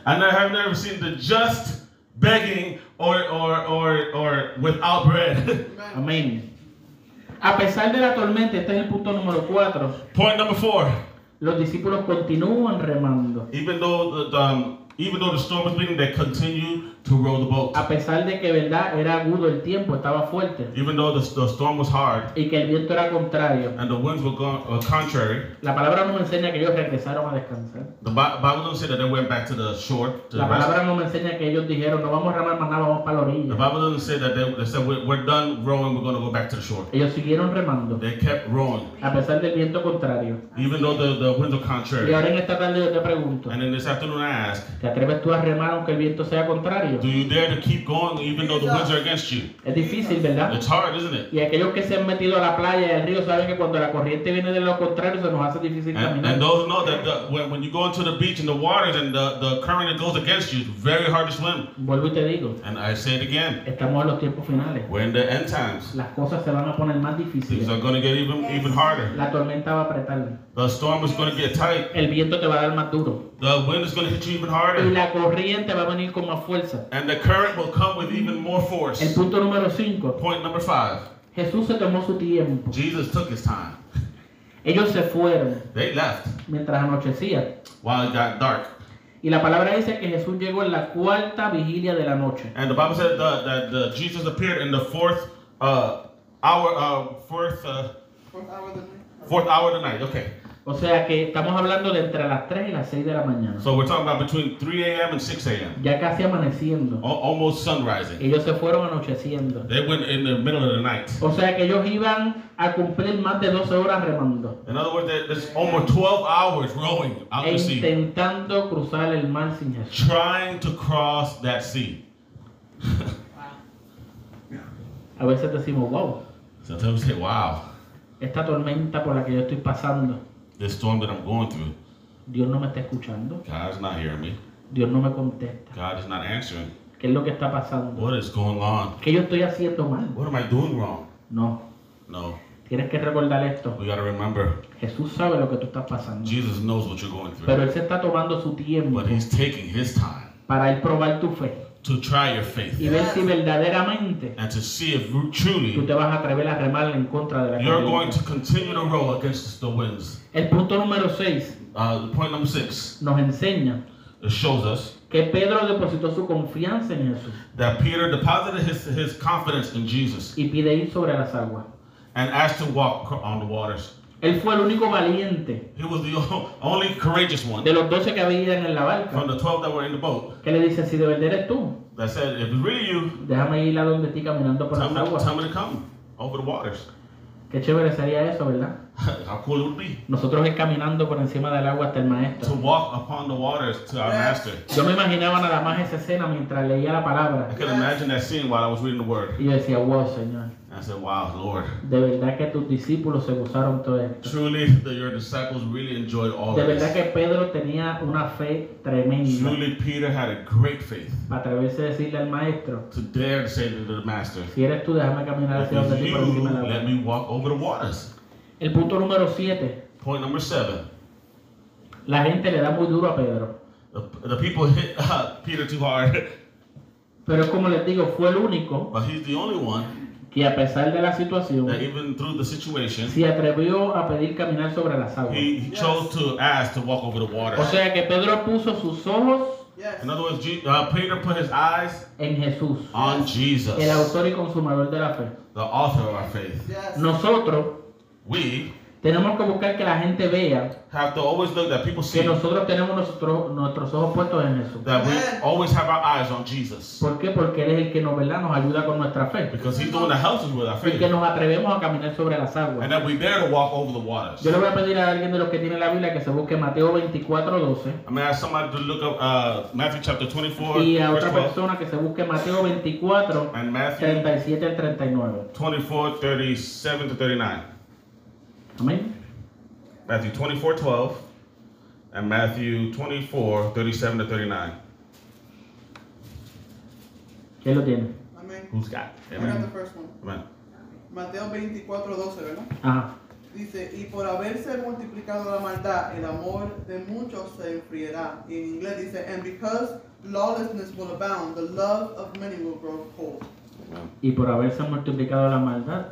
Speaker 3: I ne- have never seen the just begging or, or, or, or without bread.
Speaker 1: Amén. A pesar de la tormenta, este es el punto número 4.
Speaker 3: Point number four.
Speaker 1: Los discípulos continúan remando.
Speaker 3: Even though the, the, um, even though the storm was beating, they continued to row the boat.
Speaker 1: A pesar de que verdad era agudo el tiempo, estaba fuerte
Speaker 3: Even though the, the storm was hard
Speaker 1: y que el viento era contrario.
Speaker 3: and the winds were going, uh, contrary,
Speaker 1: La palabra nos enseña que ellos regresaron a descansar.
Speaker 3: the Bi- Bible doesn't say that they went back to the shore to
Speaker 1: La
Speaker 3: rest.
Speaker 1: palabra nos enseña que ellos dijeron, no vamos a remar más nada, vamos para la
Speaker 3: The
Speaker 1: orilla.
Speaker 3: Bible doesn't say that they, they said we're, we're done rowing, we're going to go back to the shore.
Speaker 1: Ellos siguieron remando,
Speaker 3: They kept rowing,
Speaker 1: a pesar del viento contrario.
Speaker 3: even though the, the winds were
Speaker 1: Y
Speaker 3: contrary.
Speaker 1: ahora en esta tarde yo te pregunto,
Speaker 3: And then this afternoon I asked,
Speaker 1: ¿te atreves tú a remar aunque el viento sea contrario?
Speaker 3: do you dare to keep going even though the winds are against you?
Speaker 1: Es difícil, ¿verdad?
Speaker 3: It's hard, isn't it?
Speaker 1: Y aquellos que se han metido a la playa y al río saben que cuando la corriente viene de lo contrario se nos hace difícil
Speaker 3: And, and
Speaker 1: caminar.
Speaker 3: those know that the, when, when you go into the beach and the waters and the, the current that goes against you, it's very hard to swim.
Speaker 1: Vuelvo y te digo,
Speaker 3: And I say it again,
Speaker 1: estamos en los tiempos finales.
Speaker 3: we're in the end times.
Speaker 1: Las cosas se van a poner más
Speaker 3: Things
Speaker 1: difíciles.
Speaker 3: are going to get even even harder.
Speaker 1: La tormenta va a apretar.
Speaker 3: The storm is going to get tight.
Speaker 1: El viento te va a dar más duro.
Speaker 3: The wind is going to hit you even
Speaker 1: Y
Speaker 3: harder.
Speaker 1: la corriente va a venir con más fuerza.
Speaker 3: And the current will come with even more force.
Speaker 1: El punto número 5.
Speaker 3: Point number five.
Speaker 1: Jesús se tomó su tiempo.
Speaker 3: Jesus took his time.
Speaker 1: Ellos se fueron
Speaker 3: They left
Speaker 1: mientras anochecía.
Speaker 3: while it got dark.
Speaker 1: Y la palabra dice que Jesús llegó en la cuarta vigilia de la noche.
Speaker 3: And the Bible said that, that, uh, Jesus appeared in the fourth uh, hour, uh, fourth, uh,
Speaker 2: Fourth hour of the night.
Speaker 3: fourth hour of the night. Okay.
Speaker 1: O sea que estamos hablando de entre las 3 y las 6 de la mañana.
Speaker 3: So we're talking about between 3 a.m. and 6 a.m.
Speaker 1: Ya casi amaneciendo.
Speaker 3: Al- almost sun rising.
Speaker 1: Ellos se fueron anocheciendo.
Speaker 3: They went in the middle of the night.
Speaker 1: O sea que ellos iban a cumplir más de 12 horas remando.
Speaker 3: In other words, there- there's almost 12 hours rowing out
Speaker 1: E
Speaker 3: to sea,
Speaker 1: intentando cruzar el mar sin Jesús.
Speaker 3: trying to cross that sea.
Speaker 1: A veces decimos, wow,
Speaker 3: Sometimes we say, wow,
Speaker 1: esta tormenta por la que yo estoy pasando,
Speaker 3: this storm that I'm going through,
Speaker 1: Dios no me está escuchando,
Speaker 3: God's not hearing me.
Speaker 1: Dios no me contesta.
Speaker 3: God is not answering.
Speaker 1: ¿Qué es lo que está pasando?
Speaker 3: What is going on?
Speaker 1: ¿Qué yo estoy haciendo mal?
Speaker 3: What am I doing wrong?
Speaker 1: No,
Speaker 3: No,
Speaker 1: tienes que recordar esto.
Speaker 3: we gotta remember
Speaker 1: Jesús sabe lo que tú estás pasando,
Speaker 3: Jesus knows what you're going through,
Speaker 1: pero Él se está tomando su tiempo
Speaker 3: but He's taking His time
Speaker 1: para Él probar tu fe
Speaker 3: to try your faith
Speaker 1: y ver si verdaderamente
Speaker 3: and to see if you
Speaker 1: tú
Speaker 3: truly
Speaker 1: te vas a atrever a remar en contra de la
Speaker 3: you're going
Speaker 1: corriente.
Speaker 3: to continue to row against the winds.
Speaker 1: El punto número 6
Speaker 3: Uh, point number six
Speaker 1: nos enseña
Speaker 3: it shows us
Speaker 1: que Pedro depositó su confianza en Jesús
Speaker 3: that Peter deposited his, his confidence in Jesus
Speaker 1: y pide ir sobre las aguas.
Speaker 3: and asked to walk cr- on the waters.
Speaker 1: Él fue el único valiente
Speaker 3: He was the o- only courageous one
Speaker 1: de los 12 que habían en la barca,
Speaker 3: from the 12 that were in the boat
Speaker 1: que le dice, si de verdad eres tú,
Speaker 3: that said, If it's really you,
Speaker 1: déjame ir a donde ti caminando por
Speaker 3: tell
Speaker 1: las
Speaker 3: me, to,
Speaker 1: aguas.
Speaker 3: tell me to come over the waters.
Speaker 1: Qué chévere sería eso, ¿verdad?
Speaker 3: How cool it would be
Speaker 1: Nosotros ir caminando por encima del agua hasta el
Speaker 3: to
Speaker 1: maestro.
Speaker 3: walk upon the waters to our master.
Speaker 1: Yo me imaginaba nada más esa escena mientras leía la
Speaker 3: I
Speaker 1: palabra.
Speaker 3: could imagine that scene while I was reading the word.
Speaker 1: Y yo decía, wow, Señor,
Speaker 3: And I said, Wow, Lord.
Speaker 1: de verdad que tus discípulos se gozaron todo esto.
Speaker 3: Truly, that your disciples really enjoyed all
Speaker 1: De
Speaker 3: of
Speaker 1: verdad
Speaker 3: this.
Speaker 1: que Pedro tenía una fe tremenda
Speaker 3: Truly, Peter had a great faith
Speaker 1: para atreverse a decirle al maestro,
Speaker 3: to dare to say to the master,
Speaker 1: si eres tú, déjame caminar
Speaker 3: If
Speaker 1: hacia donde
Speaker 3: it's
Speaker 1: ti
Speaker 3: you,
Speaker 1: por encima del
Speaker 3: let
Speaker 1: agua.
Speaker 3: me walk over the waters.
Speaker 1: El punto número 7,
Speaker 3: Point number seven.
Speaker 1: la gente le da muy duro a Pedro.
Speaker 3: The, the people hit uh, Peter too hard,
Speaker 1: Pero es como les digo, fue el único
Speaker 3: but he's the only one
Speaker 1: que a pesar de la situación,
Speaker 3: that, even through the situation,
Speaker 1: se atrevió a pedir caminar sobre las aguas.
Speaker 3: he, he chose to ask to walk over the
Speaker 1: O
Speaker 3: waters.
Speaker 1: sea que Pedro puso sus ojos
Speaker 2: Yes.
Speaker 3: In other words, Je- uh, Peter put his eyes
Speaker 1: en Jesús,
Speaker 3: on Jesus,
Speaker 1: el
Speaker 3: the
Speaker 1: autor y consumador de la fe.
Speaker 3: author of our faith.
Speaker 2: Yes.
Speaker 1: Nosotros
Speaker 3: We
Speaker 1: tenemos que buscar que la gente vea
Speaker 3: have to always look that people see
Speaker 1: que nosotros tenemos nosotros, nuestros ojos puestos en Jesús.
Speaker 3: that we
Speaker 2: Amen.
Speaker 3: always have our eyes on Jesus
Speaker 1: ¿Por qué? Porque Él es el que nos, ¿verdad? nos ayuda con nuestra fe.
Speaker 3: because He's the one that helps us with our
Speaker 1: Y que
Speaker 3: faith,
Speaker 1: nos atrevemos a caminar sobre las
Speaker 3: and
Speaker 1: aguas.
Speaker 3: that we dare to walk over the waters.
Speaker 1: Yo le voy a pedir a alguien de los que tiene la Biblia que se busque Mateo 24, 12.
Speaker 3: I'm gonna ask somebody to look up uh, Matthew chapter 24,
Speaker 1: Y a
Speaker 3: verse
Speaker 1: otra
Speaker 3: 12,
Speaker 1: persona que se busque Mateo 24,
Speaker 3: and Matthew
Speaker 1: 37 al 39.
Speaker 3: 24, 37 to 39.
Speaker 1: Amén.
Speaker 3: Matthew 24, 12, and Matthew 24, 37 to 39.
Speaker 1: ¿Quién lo tiene?
Speaker 2: Amén.
Speaker 3: Who's got? it?
Speaker 2: I got the
Speaker 3: Amen.
Speaker 2: first one.
Speaker 3: Amen.
Speaker 2: Mateo 24, 12, ¿verdad?
Speaker 1: Ajá.
Speaker 2: Dice, y por haberse multiplicado la maldad, el amor de muchos se enfriará. Y en inglés dice, and because lawlessness will abound, the love of many will grow cold.
Speaker 3: Amen.
Speaker 1: Y por haberse multiplicado la maldad,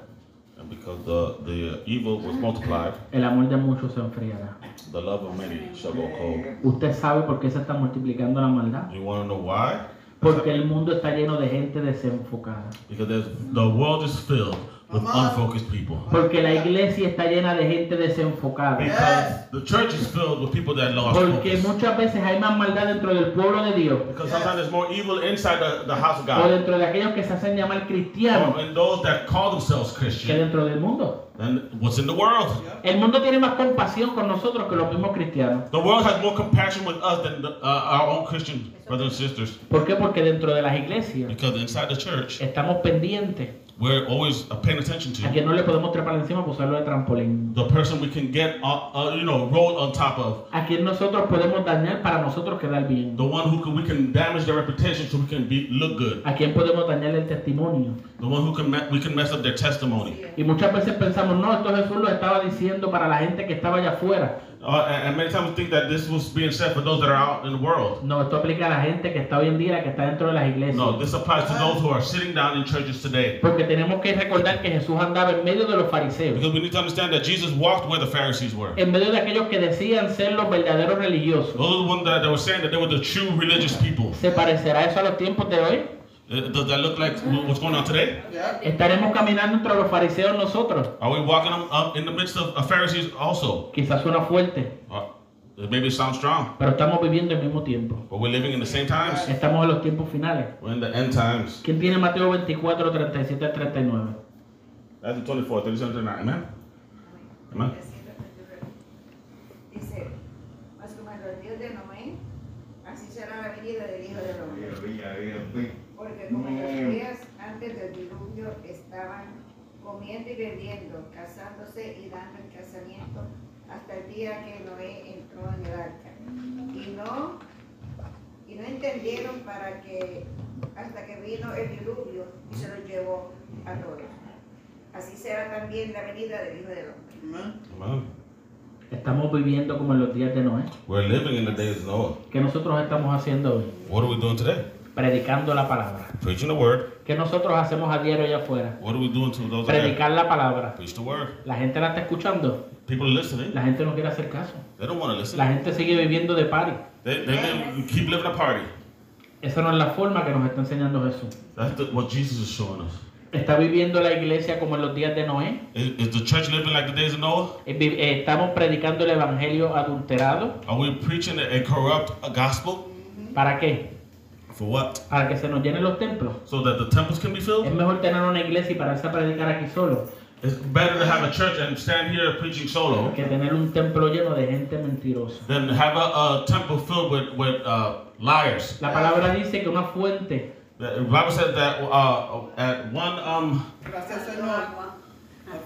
Speaker 3: And because the, the evil was multiplied,
Speaker 1: el amor de muchos se enfriará.
Speaker 3: the love of many shall go cold.
Speaker 1: Usted sabe por qué se está multiplicando la maldad.
Speaker 3: You want to know why?
Speaker 1: Porque el mundo está lleno de gente desenfocada.
Speaker 3: Because there's, the world is filled with
Speaker 2: Mama.
Speaker 3: unfocused people.
Speaker 1: Porque la iglesia está llena de gente desenfocada.
Speaker 3: Because the church is filled with people that lost
Speaker 1: Porque
Speaker 3: focus.
Speaker 1: muchas veces hay más maldad dentro del pueblo de Dios
Speaker 3: Because sometimes there's more evil inside the, the house of
Speaker 1: o
Speaker 3: God.
Speaker 1: dentro de aquellos que se hacen llamar cristianos
Speaker 3: Or in those that call themselves
Speaker 1: que
Speaker 3: Christian
Speaker 1: dentro del mundo.
Speaker 3: than what's in the world.
Speaker 1: El mundo tiene más compasión con nosotros que los mismos cristianos.
Speaker 3: The world has more compassion with us than the, uh, our own Christian brothers and sisters.
Speaker 1: ¿Por qué? Porque dentro de las iglesias
Speaker 3: Because inside the church,
Speaker 1: estamos pendientes
Speaker 3: we're always uh, paying attention
Speaker 1: a
Speaker 3: to
Speaker 1: que no le podemos trepar encima para usarlo de trampolín.
Speaker 3: the person we can get, uh, uh, you know, rolled on top of.
Speaker 1: A quien nosotros podemos dañar para nosotros quedar bien.
Speaker 3: The one who can, we can damage their reputation so we can be, look good.
Speaker 1: A quien podemos dañar el testimonio.
Speaker 3: The one who can me- we can mess up their testimony.
Speaker 1: Y muchas veces pensamos, no, esto Jesús lo estaba diciendo para la gente que estaba allá afuera.
Speaker 3: Uh, and, and many times we think that this was being said for those that are out in the world.
Speaker 1: No, esto aplica a la gente que está hoy en día, que está dentro de las iglesias.
Speaker 3: No, this applies to those who are sitting down in churches today.
Speaker 1: Porque tenemos que recordar que Jesús andaba en medio de los fariseos,
Speaker 3: Because we need to understand that Jesus walked where the Pharisees were.
Speaker 1: en medio de aquellos que decían ser los verdaderos religiosos.
Speaker 3: Those are the ones that, that were saying that they were the true religious people.
Speaker 1: ¿Se parecerá eso a los tiempos de hoy?
Speaker 3: Uh, Does that look like wh- what's going on today?
Speaker 2: Yeah.
Speaker 1: ¿Estaremos caminando entre los fariseos nosotros?
Speaker 3: Are we walking um, um, in the midst of uh, Pharisees also?
Speaker 1: Quizás suena fuerte,
Speaker 3: Uh, maybe it sounds strong,
Speaker 1: pero estamos viviendo el mismo tiempo.
Speaker 3: but we're living in the same times.
Speaker 1: Estamos en los tiempos finales.
Speaker 3: We're in the end times.
Speaker 1: ¿Quién tiene Mateo 24, 37 al 39?
Speaker 3: That's the 24, 37, 39. Amen? Amen?
Speaker 5: Dice, mas como en los días de Noé, así será la venida del Hijo del Hombre. Porque como en los días antes del diluvio estaban comiendo y bebiendo, casándose y dando el casamiento hasta el día que Noé entró en el arca. Y no, y no entendieron para que, hasta que vino el diluvio y se los llevó a todos. Así será también la venida del Hijo del Hombre.
Speaker 2: Amen.
Speaker 3: Amen.
Speaker 1: Estamos viviendo como en los días de Noé.
Speaker 3: We're living in the days of Noah.
Speaker 1: ¿Qué nosotros estamos haciendo hoy?
Speaker 3: What are we doing today?
Speaker 1: Predicando la palabra.
Speaker 3: Preaching the word.
Speaker 1: ¿Qué nosotros hacemos a diario allá afuera?
Speaker 3: What are we doing to those that
Speaker 1: Predicar la palabra.
Speaker 3: preach the word?
Speaker 1: La gente la está escuchando.
Speaker 3: People are listening.
Speaker 1: La gente no quiere hacer caso.
Speaker 3: They don't want to listen.
Speaker 1: La gente sigue viviendo de pari.
Speaker 3: They, they live, keep living a party.
Speaker 1: Esa no es la forma que nos está enseñando Jesús.
Speaker 3: That's the, what Jesus is showing us.
Speaker 1: Está viviendo la iglesia como en los días de Noé.
Speaker 3: Is, is the church living like the days of Noah?
Speaker 1: Eh, vi- eh, Estamos predicando el evangelio adulterado.
Speaker 3: Are we preaching a, a corrupt uh, gospel?
Speaker 1: ¿Para qué?
Speaker 3: For what?
Speaker 1: Para que se nos llenen los templos.
Speaker 3: So that the temples can be
Speaker 1: Es
Speaker 3: filled?
Speaker 1: mejor tener una iglesia y pararse a predicar aquí solo
Speaker 3: It's better to have a church and stand here preaching solo
Speaker 1: que tener un templo lleno de gente mentirosa.
Speaker 3: than have a, a temple filled with, with uh, liars.
Speaker 1: La palabra dice que una fuente,
Speaker 3: The Bible says that uh, at one um
Speaker 2: Gracias, Señor.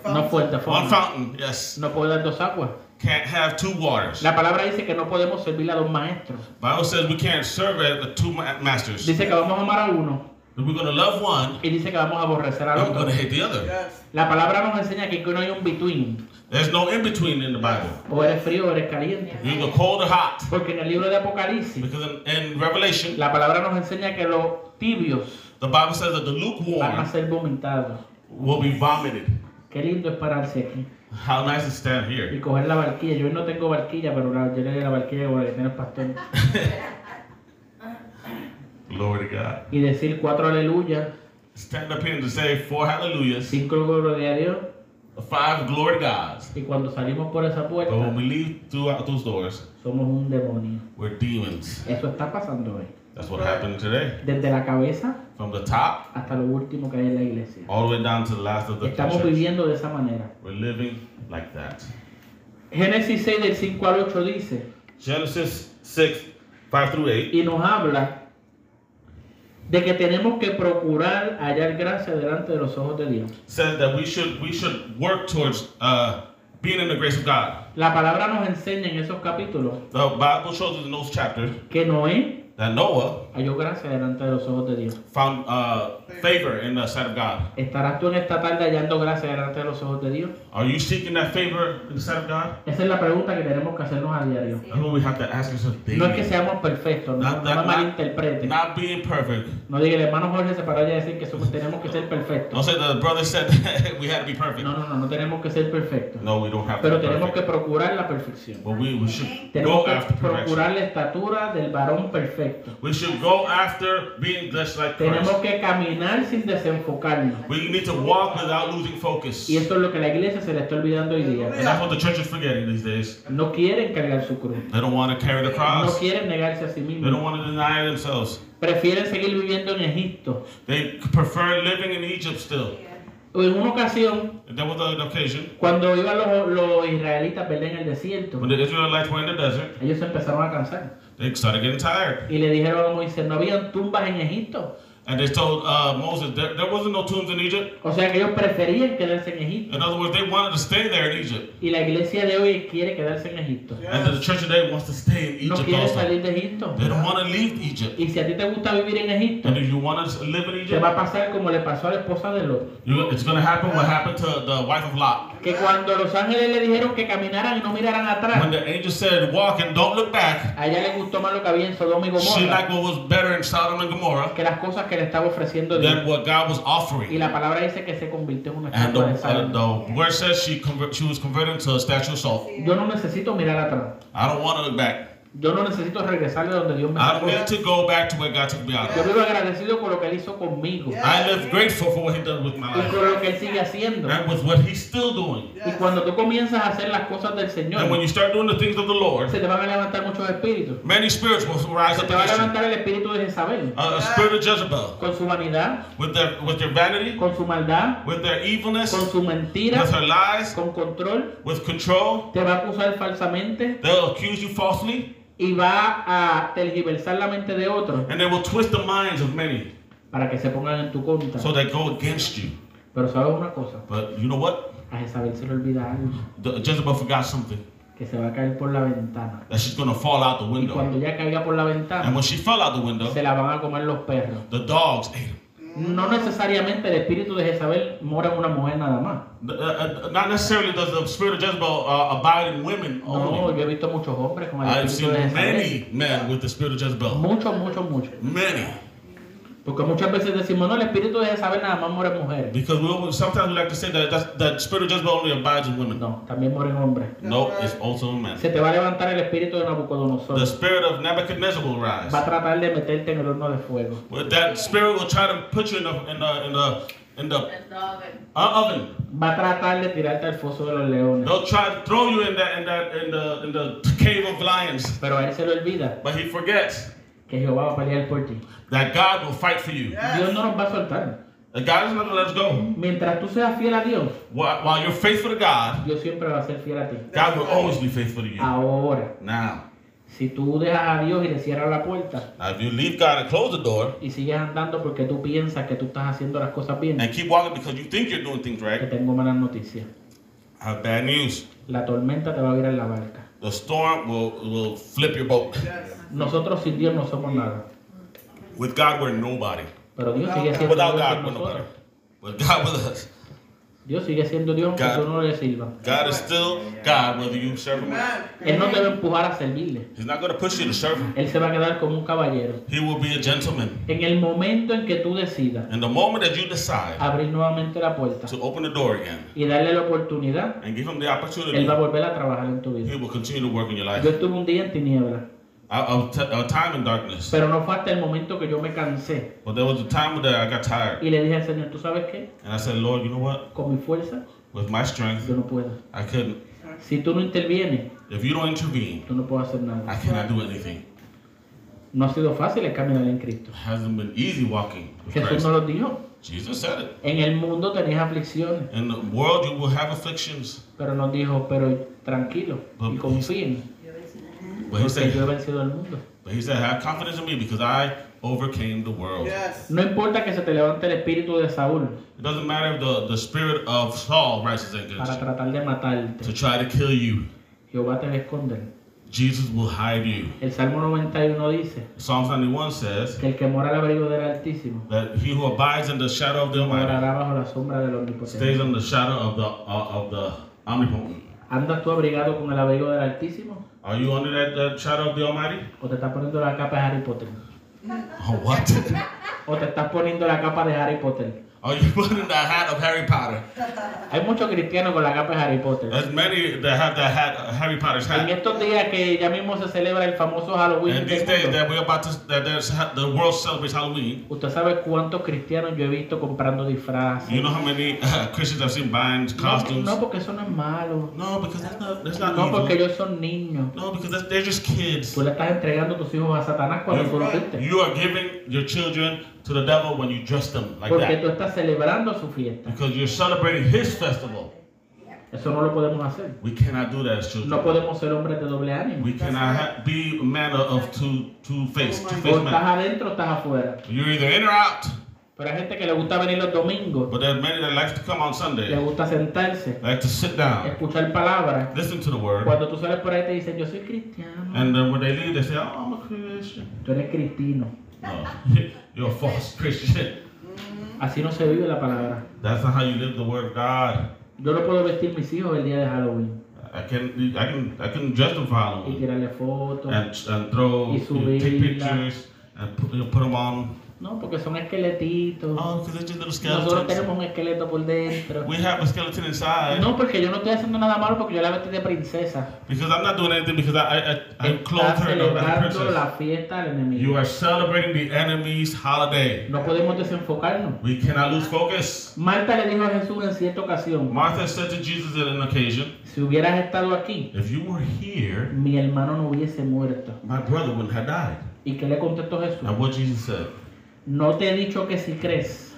Speaker 2: The
Speaker 1: una
Speaker 2: fountain.
Speaker 1: fuente,
Speaker 3: one
Speaker 1: forma,
Speaker 3: fountain, yes,
Speaker 1: no puede dar dos aguas.
Speaker 3: can't have two waters.
Speaker 1: La palabra dice que no podemos servir a dos maestros.
Speaker 3: Bible says we can't serve at the two ma- masters.
Speaker 1: Dice que vamos a amar a uno
Speaker 3: We're gonna love one,
Speaker 1: y dice que vamos a aborrecer al
Speaker 3: and
Speaker 1: otro.
Speaker 3: we're gonna hate the other.
Speaker 2: Yes.
Speaker 1: La palabra nos enseña que aquí no hay un between.
Speaker 3: There's no in between in the Bible.
Speaker 1: O eres frío o eres caliente.
Speaker 3: You're either cold or hot.
Speaker 1: Porque en el libro de Apocalipsis,
Speaker 3: Because in, in Revelation,
Speaker 1: la palabra nos enseña que los tibios
Speaker 3: the Bible says that the
Speaker 1: van a
Speaker 3: lukewarm
Speaker 1: ser vomitados.
Speaker 3: will be vomited.
Speaker 1: Qué lindo es pararse aquí
Speaker 3: How nice to stand here.
Speaker 1: y coger la barquilla. Yo hoy no tengo barquilla, pero la, yo le di la barquilla como le tiene el pastor.
Speaker 3: Glory to God.
Speaker 1: Y decir cuatro aleluyas,
Speaker 3: Stand up here and just say four hallelujahs,
Speaker 1: cinco gloria a Dios.
Speaker 3: five glory to God.
Speaker 1: Y cuando salimos por esa
Speaker 3: But when
Speaker 1: puerta,
Speaker 3: we leave through out those doors,
Speaker 1: somos un demonio.
Speaker 3: we're demons.
Speaker 1: Eso está pasando hoy.
Speaker 3: That's what happened today.
Speaker 1: Desde la cabeza
Speaker 3: From the top
Speaker 1: hasta lo último que hay en la iglesia.
Speaker 3: all the way down to the last of the
Speaker 1: Estamos
Speaker 3: church.
Speaker 1: viviendo de esa manera.
Speaker 3: We're living like that.
Speaker 1: Génesis 6 del 5 al 8 dice,
Speaker 3: Genesis 6, 5 through 8.
Speaker 1: y nos habla de que tenemos que procurar hallar gracia delante de los ojos de Dios.
Speaker 3: says that we should we should work towards uh, being in the grace of God.
Speaker 1: La palabra nos enseña en esos capítulos
Speaker 3: The Bible shows us in those chapters
Speaker 1: que Noé
Speaker 3: that Noah
Speaker 1: halló gracia delante de los ojos de Dios.
Speaker 3: found uh, favor in the sight of God.
Speaker 1: ¿Estarás tú en esta tarde hallando gracia delante de los ojos de Dios?
Speaker 3: Are you seeking that favor in the sight of God?
Speaker 1: Esa es la pregunta que tenemos que hacernos a diario.
Speaker 3: That's what we have to ask ourselves
Speaker 1: No es que
Speaker 3: daily.
Speaker 1: seamos perfectos, no,
Speaker 3: Not-
Speaker 1: no me
Speaker 3: not-
Speaker 1: malinterprete.
Speaker 3: Not being perfect.
Speaker 1: No diga, el hermano Jorge se paró allá a decir que somos- tenemos que ser
Speaker 3: Don't
Speaker 1: perfectos.
Speaker 3: say the brother said that we had to be perfect.
Speaker 1: No, no, no, no tenemos que ser perfectos.
Speaker 3: No, we don't have to
Speaker 1: Pero
Speaker 3: be
Speaker 1: tenemos que
Speaker 3: perfect.
Speaker 1: procurar la perfección.
Speaker 3: But we, we should
Speaker 1: Tenemos
Speaker 3: go
Speaker 1: que
Speaker 3: after perfection.
Speaker 1: procurar la estatura del varón perfecto.
Speaker 3: We should go after being just like
Speaker 1: Tenemos
Speaker 3: Christ.
Speaker 1: que caminar sin desenfocarnos.
Speaker 3: We need to walk without losing focus.
Speaker 1: Y eso es lo que la iglesia se le está olvidando hoy día.
Speaker 3: And that's what the church is forgetting these days.
Speaker 1: No quieren cargar su cruz.
Speaker 3: They don't want to carry the
Speaker 1: No
Speaker 3: cross. They
Speaker 1: quieren negarse a sí
Speaker 3: don't
Speaker 1: mismos.
Speaker 3: want to deny themselves.
Speaker 1: Prefieren seguir viviendo en Egipto.
Speaker 3: They prefer living in Egypt still.
Speaker 1: En una ocasión,
Speaker 3: And There was an occasion
Speaker 1: cuando iban los, los israelitas ¿verdad? en el desierto,
Speaker 3: when the Israelites were in the desert,
Speaker 1: ellos se empezaron a cansar.
Speaker 3: they started getting tired.
Speaker 1: Y le dijeron a Moisés, no habían tumbas en Egipto.
Speaker 3: And they told uh, Moses there, there wasn't no tombs in Egypt.
Speaker 1: O sea que ellos preferían quedarse en Egipto.
Speaker 3: In other words, they wanted to stay there in Egypt.
Speaker 1: Y la iglesia de hoy quiere quedarse en Egipto.
Speaker 3: And the church today wants to stay in
Speaker 1: No
Speaker 3: Egypt
Speaker 1: quiere
Speaker 3: also.
Speaker 1: salir de Egipto.
Speaker 3: They don't want to leave Egypt.
Speaker 1: Y si a ti te gusta vivir en Egipto,
Speaker 3: And if you want to live in
Speaker 1: te
Speaker 3: Egypt,
Speaker 1: va a pasar como le pasó a la esposa de Lot.
Speaker 3: you, it's going to happen what happened to the wife of Lot.
Speaker 1: Que cuando los ángeles le dijeron que caminaran y no miraran
Speaker 3: When
Speaker 1: atrás,
Speaker 3: the angel said, walk and don't look back,
Speaker 1: a ella le gustó más lo que había en Sodoma y
Speaker 3: she
Speaker 1: Gomorra
Speaker 3: liked what was better in Sodom and Gomorrah
Speaker 1: que las cosas que le estaba ofreciendo
Speaker 3: than
Speaker 1: Dios.
Speaker 3: what God was
Speaker 1: Y
Speaker 3: offering.
Speaker 1: la palabra dice que se convirtió en una
Speaker 3: And the,
Speaker 1: estatua de
Speaker 3: uh,
Speaker 1: sal.
Speaker 3: the word says she, convert, she was converted to a statue of salt.
Speaker 1: Yo no necesito mirar atrás.
Speaker 3: I don't want to look back.
Speaker 1: Yo no necesito regresar de donde Dios me
Speaker 3: I
Speaker 1: sacó.
Speaker 3: don't need to go back to where God took me out.
Speaker 1: Yo vivo agradecido por lo que Él hizo conmigo
Speaker 3: I live grateful for what He done with my
Speaker 1: y
Speaker 3: life
Speaker 1: por lo que Él sigue haciendo.
Speaker 3: and with what He's still doing.
Speaker 1: Y cuando tú comienzas a hacer las cosas del
Speaker 3: And when
Speaker 1: Señor,
Speaker 3: you start doing the things of the Lord,
Speaker 1: se te van a levantar muchos espíritus.
Speaker 3: many spirits will rise
Speaker 1: Se
Speaker 3: up
Speaker 1: te va a
Speaker 3: against you.
Speaker 1: levantar el espíritu de Jezabel
Speaker 3: A, a spirit of Jezebel,
Speaker 1: con su vanidad,
Speaker 3: with their with their vanity,
Speaker 1: con su maldad,
Speaker 3: with their evilness,
Speaker 1: con
Speaker 3: with
Speaker 1: su mentira,
Speaker 3: her lies,
Speaker 1: con control.
Speaker 3: with control.
Speaker 1: Te va a acusar falsamente
Speaker 3: They'll accuse you falsely,
Speaker 1: y va a tergiversar la mente de otros
Speaker 3: and they will twist the minds of many
Speaker 1: para que se pongan en tu contra.
Speaker 3: so they go against you.
Speaker 1: Pero sabes una cosa,
Speaker 3: But you know what?
Speaker 1: a Jezabel se le olvida algo,
Speaker 3: The, Jezebel forgot something
Speaker 1: que se va a caer por la ventana.
Speaker 3: that she's gonna fall out the
Speaker 1: Y
Speaker 3: window.
Speaker 1: cuando ya caiga por la
Speaker 3: And
Speaker 1: ventana,
Speaker 3: when she fell out the window,
Speaker 1: se la van a comer los perros.
Speaker 3: the dogs ate him.
Speaker 1: No necesariamente el espíritu de Jezabel mora en una mujer nada más.
Speaker 3: The- uh, uh, not necessarily does the spirit of Jezebel uh, abide in women
Speaker 1: No,
Speaker 3: only.
Speaker 1: yo he visto muchos hombres con el
Speaker 3: I've
Speaker 1: espíritu
Speaker 3: seen
Speaker 1: de Jezabel.
Speaker 3: many men with the spirit of Jezebel.
Speaker 1: Muchos, muchos, muchos.
Speaker 3: Many.
Speaker 1: Porque muchas veces decimos, no, el espíritu de Jezabel nada más mora en mujeres.
Speaker 3: Because we always, sometimes we like to say that that, that spirit of Jezebel only abides in women.
Speaker 1: No, también mora en hombres.
Speaker 3: No, it's also in men.
Speaker 1: Se te va a levantar el espíritu de
Speaker 3: The
Speaker 1: Nabucodonosor.
Speaker 3: spirit of Nebuchadnezzar will rise.
Speaker 1: Va a tratar de meterte en el horno de fuego.
Speaker 3: Well, that spirit will try to put you in the in the in the in the uh, oven.
Speaker 1: Va a tratar de tirarte al foso de los leones.
Speaker 3: They'll try to throw you in that in that in the in the cave of lions.
Speaker 1: Pero a él se le olvida
Speaker 3: But he forgets
Speaker 1: que Jehová va a pelear por ti.
Speaker 3: that God will fight for you.
Speaker 1: Dios no nos va a soltar.
Speaker 3: That God is not gonna let us go.
Speaker 1: Mientras tú seas fiel a Dios,
Speaker 3: While, while you're faithful to God,
Speaker 1: Dios siempre va a ser fiel a ti.
Speaker 3: God will always be faithful to you.
Speaker 1: Ahora,
Speaker 3: Now,
Speaker 1: si tú dejas a Dios y le cierras la puerta,
Speaker 3: now if you leave God and close the door
Speaker 1: y sigues andando porque tú piensas que tú estás haciendo las cosas bien,
Speaker 3: and keep walking because you think you're doing things
Speaker 1: te
Speaker 3: right,
Speaker 1: tengo malas noticias.
Speaker 3: I have bad news.
Speaker 1: La tormenta te va a virar la barca.
Speaker 3: The storm will will flip your boat.
Speaker 1: Nosotros sin Dios no somos nada,
Speaker 3: With God, we're nobody.
Speaker 1: pero Dios sigue siendo Dios
Speaker 3: Without
Speaker 1: con
Speaker 3: God, we're nobody.
Speaker 1: nosotros.
Speaker 3: With God with us.
Speaker 1: Dios sigue siendo Dios aunque
Speaker 3: God.
Speaker 1: tú no le sirvas.
Speaker 3: God is still God, whether you serve Him or not.
Speaker 2: Amen.
Speaker 1: Él no te va a empujar a servirle.
Speaker 3: He's not going to push you to serve Him.
Speaker 1: Él se va a quedar como un caballero.
Speaker 3: He will be a gentleman.
Speaker 1: En el momento en que tú decidas
Speaker 3: And the moment that you decide
Speaker 1: abrir nuevamente la puerta
Speaker 3: to open the door again
Speaker 1: y darle la oportunidad,
Speaker 3: and give Him the
Speaker 1: Él
Speaker 3: opportunity,
Speaker 1: va a volver a trabajar en tu vida.
Speaker 3: He will continue to work in your
Speaker 1: Yo
Speaker 3: life.
Speaker 1: estuve un día en tinieblas,
Speaker 3: I, I was t- a time in darkness,
Speaker 1: pero no fue hasta el momento que yo me cansé
Speaker 3: but there was a time that I got tired,
Speaker 1: y le dije al Señor, ¿tú sabes qué?
Speaker 3: and I said, Lord, you know what?
Speaker 1: Con mi fuerza,
Speaker 3: With my strength,
Speaker 1: yo no puedo.
Speaker 3: I couldn't.
Speaker 1: Si tú no intervienes,
Speaker 3: If you don't intervene,
Speaker 1: tú no puedes hacer
Speaker 3: I
Speaker 1: nada.
Speaker 3: cannot do anything.
Speaker 1: No ha sido fácil el caminar en Cristo.
Speaker 3: It hasn't been easy walking with
Speaker 1: Jesús
Speaker 3: Christ.
Speaker 1: nos lo dijo.
Speaker 3: Jesus said it.
Speaker 1: En el mundo tenéis aflicciones,
Speaker 3: In the world, you will have afflictions,
Speaker 1: pero nos dijo, pero tranquilo y confíen,
Speaker 3: but
Speaker 1: porque
Speaker 3: He
Speaker 1: yo he
Speaker 3: said,
Speaker 1: vencido al mundo.
Speaker 3: but He said, have confidence in me because I overcame the world.
Speaker 2: Yes.
Speaker 1: No importa que se te levante el espíritu de Saúl
Speaker 3: It doesn't matter if the, the spirit of Saul rises
Speaker 1: para
Speaker 3: against you
Speaker 1: tratar de
Speaker 3: to
Speaker 1: matarte.
Speaker 3: try to kill you.
Speaker 1: Jehová te va a esconder.
Speaker 3: Jesus will hide you.
Speaker 1: El Salmo 91 dice
Speaker 3: Psalms 91 says
Speaker 1: que el que mora al abrigo del Altísimo
Speaker 3: that he who abides in the shadow of the Almighty
Speaker 1: morará bajo la sombra del Omnipotente.
Speaker 3: stays in the shadow of the uh, of the Omnipotent.
Speaker 1: ¿Andas tú abrigado con el abrigo del Altísimo
Speaker 3: Are you under that, that shadow of the Almighty?
Speaker 1: o te estás poniendo la capa de Harry Potter?
Speaker 3: Oh, what?
Speaker 1: O te estás poniendo la capa de Harry Potter.
Speaker 3: Are you putting the hat of Harry Potter?
Speaker 1: Hay muchos cristianos con la capa de Harry Potter.
Speaker 3: There's many that have that hat, Harry Potter's
Speaker 1: En
Speaker 3: hat.
Speaker 1: estos días que ya mismo se celebra el famoso Halloween,
Speaker 3: And
Speaker 1: del
Speaker 3: these days
Speaker 1: mundo,
Speaker 3: that we're about to that there's ha- the world celebrates Halloween.
Speaker 1: usted sabe cuántos cristianos yo he visto comprando disfraces.
Speaker 3: You know how many uh, Christians I've seen buying
Speaker 1: no,
Speaker 3: costumes? Ah,
Speaker 1: no, porque eso no es malo.
Speaker 3: No, because that's not that's not
Speaker 1: No,
Speaker 3: evil.
Speaker 1: porque ellos son niños.
Speaker 3: No, because that's, they're just kids.
Speaker 1: Tú le estás entregando tus hijos a Satanás cuando tú los viste.
Speaker 3: You are giving your children to the devil when you dress them like
Speaker 1: Porque
Speaker 3: that.
Speaker 1: tú estás celebrando su fiesta.
Speaker 3: Because you're celebrating his festival.
Speaker 1: Eso no lo podemos hacer.
Speaker 3: We cannot do that as
Speaker 1: No
Speaker 3: children.
Speaker 1: podemos ser hombres de doble ánimo.
Speaker 3: We cannot ha- be a matter of two two face, two
Speaker 1: O estás
Speaker 3: faced man.
Speaker 1: adentro o estás afuera.
Speaker 3: You're either in or out.
Speaker 1: Pero hay gente que le gusta venir los domingos,
Speaker 3: But there's many that like to come on
Speaker 1: le
Speaker 3: Sunday,
Speaker 1: gusta sentarse,
Speaker 3: like to sit down,
Speaker 1: escuchar palabras.
Speaker 3: listen to the Ah. word,
Speaker 1: Cuando tú sales por ahí te dicen, yo soy cristiano.
Speaker 3: and then when they leave, they say, "Oh, I'm a Christian."
Speaker 1: Tú eres cristino.
Speaker 3: No, you're a false Christian.
Speaker 1: Así no se vive la palabra.
Speaker 3: That's not how you live the word of God.
Speaker 1: Yo no puedo vestir mis hijos el día de Halloween
Speaker 3: I can I can I can dress them for
Speaker 1: y
Speaker 3: Halloween.
Speaker 1: tirarle fotos.
Speaker 3: and, and throw
Speaker 1: Y
Speaker 3: you know, take
Speaker 1: subirla.
Speaker 3: pictures and put, you know, put them on.
Speaker 1: No, porque son esqueletitos.
Speaker 3: Oh, because they're just little
Speaker 1: Nosotros
Speaker 3: skeletons.
Speaker 1: tenemos un esqueleto por dentro.
Speaker 3: We have a skeleton inside
Speaker 1: No, porque yo no estoy haciendo nada malo porque yo la vestí de princesa.
Speaker 3: because I'm not doing anything because I I, I, I clothed
Speaker 1: Está
Speaker 3: her up as a
Speaker 1: celebrando
Speaker 3: princess.
Speaker 1: la fiesta del
Speaker 3: You
Speaker 1: enemigo.
Speaker 3: are celebrating the enemy's holiday.
Speaker 1: No podemos desenfocarnos.
Speaker 3: We cannot lose focus.
Speaker 1: Marta le dijo a Jesús en cierta ocasión,
Speaker 3: Martha said to Jesus at an occasion,
Speaker 1: si hubieras estado aquí,
Speaker 3: "If you were here,
Speaker 1: mi hermano no hubiese muerto.
Speaker 3: my brother wouldn't have died."
Speaker 1: ¿Y qué le contestó Jesús?
Speaker 3: And what Jesus said,
Speaker 1: No te he dicho que si crees,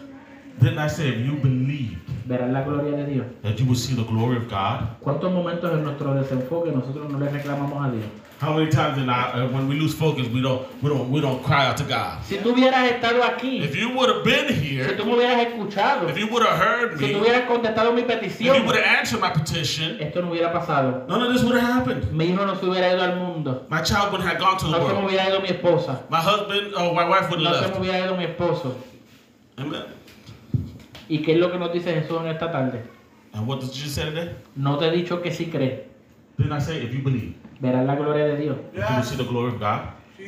Speaker 3: "Didn't I say if you believed
Speaker 1: verás la gloria de Dios.
Speaker 3: that you would see the glory of God?"
Speaker 1: ¿Cuántos momentos en nuestro desenfoque nosotros no le reclamamos a Dios?
Speaker 3: How many times in our, uh, when we lose focus, we don't we don't we don't cry out to God.
Speaker 1: Si tú hubieras estado aquí,
Speaker 3: If you would have been
Speaker 1: si
Speaker 3: here,
Speaker 1: tú me hubieras escuchado,
Speaker 3: if you would have heard
Speaker 1: si tú
Speaker 3: me,
Speaker 1: hubieras contestado mi
Speaker 3: if you
Speaker 1: petición,
Speaker 3: would have answered my petition,
Speaker 1: esto no hubiera pasado.
Speaker 3: none of this would have happened.
Speaker 1: Mi hijo no se hubiera ido al mundo.
Speaker 3: My child wouldn't have gone to the
Speaker 1: No se me
Speaker 3: world.
Speaker 1: hubiera ido mi esposa.
Speaker 3: My husband or my wife would
Speaker 1: No se
Speaker 3: have
Speaker 1: me hubiera
Speaker 3: left.
Speaker 1: ido mi esposo.
Speaker 3: Amen.
Speaker 1: ¿Y qué es lo que nos dice Jesús en esta tarde?
Speaker 3: And what did you say today?
Speaker 1: No te he dicho que si crees,
Speaker 3: Didn't I say if you believe,
Speaker 1: verás la gloria de Dios.
Speaker 3: you will see
Speaker 2: Yes.
Speaker 3: the glory of God?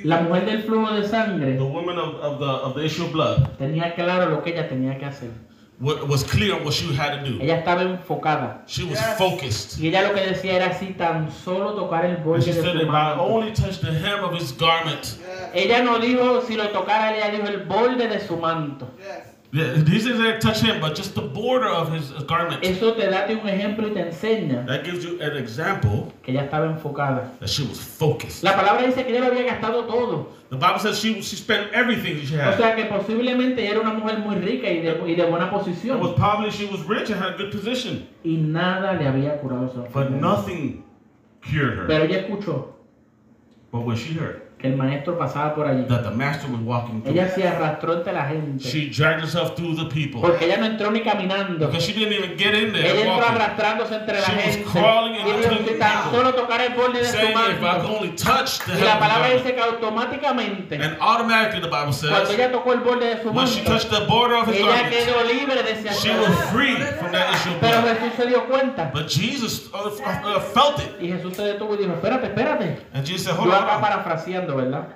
Speaker 1: La mujer del flujo de sangre
Speaker 3: The woman of, of the of the issue of blood
Speaker 1: tenía claro lo que ella tenía que hacer.
Speaker 3: wa- was clear on what she had to do.
Speaker 1: Ella estaba enfocada.
Speaker 3: She was
Speaker 2: Yes.
Speaker 3: focused.
Speaker 1: Y ella lo que decía era si tan solo tocar el
Speaker 3: And
Speaker 1: borde
Speaker 3: she
Speaker 1: de
Speaker 3: said,
Speaker 1: su
Speaker 3: if I
Speaker 1: manto.
Speaker 3: only touch the hem of his garment.
Speaker 2: Yes.
Speaker 1: Ella no dijo si lo tocara, ella dijo el borde de su manto.
Speaker 2: Yes.
Speaker 3: Yeah, he said that touch him, but just the border of his garment.
Speaker 1: Eso te da un ejemplo y te enseña
Speaker 3: That gives you an example
Speaker 1: que ella estaba enfocada.
Speaker 3: that she was focused.
Speaker 1: La palabra dice que ella lo había gastado todo.
Speaker 3: The Bible says she she spent everything that she
Speaker 1: O
Speaker 3: had.
Speaker 1: sea que posiblemente ella era una mujer muy rica y de, y de buena
Speaker 3: It was
Speaker 1: posición.
Speaker 3: probably she was rich and had a good position,
Speaker 1: Y nada le había curado su
Speaker 3: but
Speaker 1: enfermedad.
Speaker 3: nothing cured her.
Speaker 1: Pero ella escuchó
Speaker 3: But when she heard
Speaker 1: que el maestro pasaba por allí.
Speaker 3: that the master was walking through,
Speaker 1: Ella se arrastró entre la gente.
Speaker 3: she dragged herself through the people
Speaker 1: Porque ella no entró ni caminando.
Speaker 3: because she didn't even get in
Speaker 1: Ella
Speaker 3: there
Speaker 1: entró
Speaker 3: walking,
Speaker 1: arrastrándose entre la
Speaker 3: She was
Speaker 1: gente.
Speaker 3: crawling in
Speaker 1: Y dijo,
Speaker 3: between
Speaker 1: si tan
Speaker 3: people,
Speaker 1: solo tocar el borde de su
Speaker 3: saying, "If I
Speaker 1: manto.
Speaker 3: only touch the
Speaker 1: Y la palabra
Speaker 3: hem of his
Speaker 1: dice que automáticamente,
Speaker 3: garment," and automatically the
Speaker 1: cuando
Speaker 3: Bible says
Speaker 1: ella tocó el borde de su
Speaker 3: when she
Speaker 1: manto,
Speaker 3: touched the border of his
Speaker 1: ella
Speaker 3: garment,
Speaker 1: quedó libre de ese
Speaker 3: she
Speaker 1: asunto.
Speaker 3: was free from that issue of
Speaker 1: Pero
Speaker 3: blood.
Speaker 1: Jesús se dio cuenta.
Speaker 3: But Jesus uh, f- uh, felt it,
Speaker 1: Y Jesús se detuvo y dijo, espérate, espérate.
Speaker 3: and Jesus said, "Hold
Speaker 1: Yo
Speaker 3: on,
Speaker 1: acá
Speaker 3: hold on."
Speaker 1: parafraseando, ¿verdad?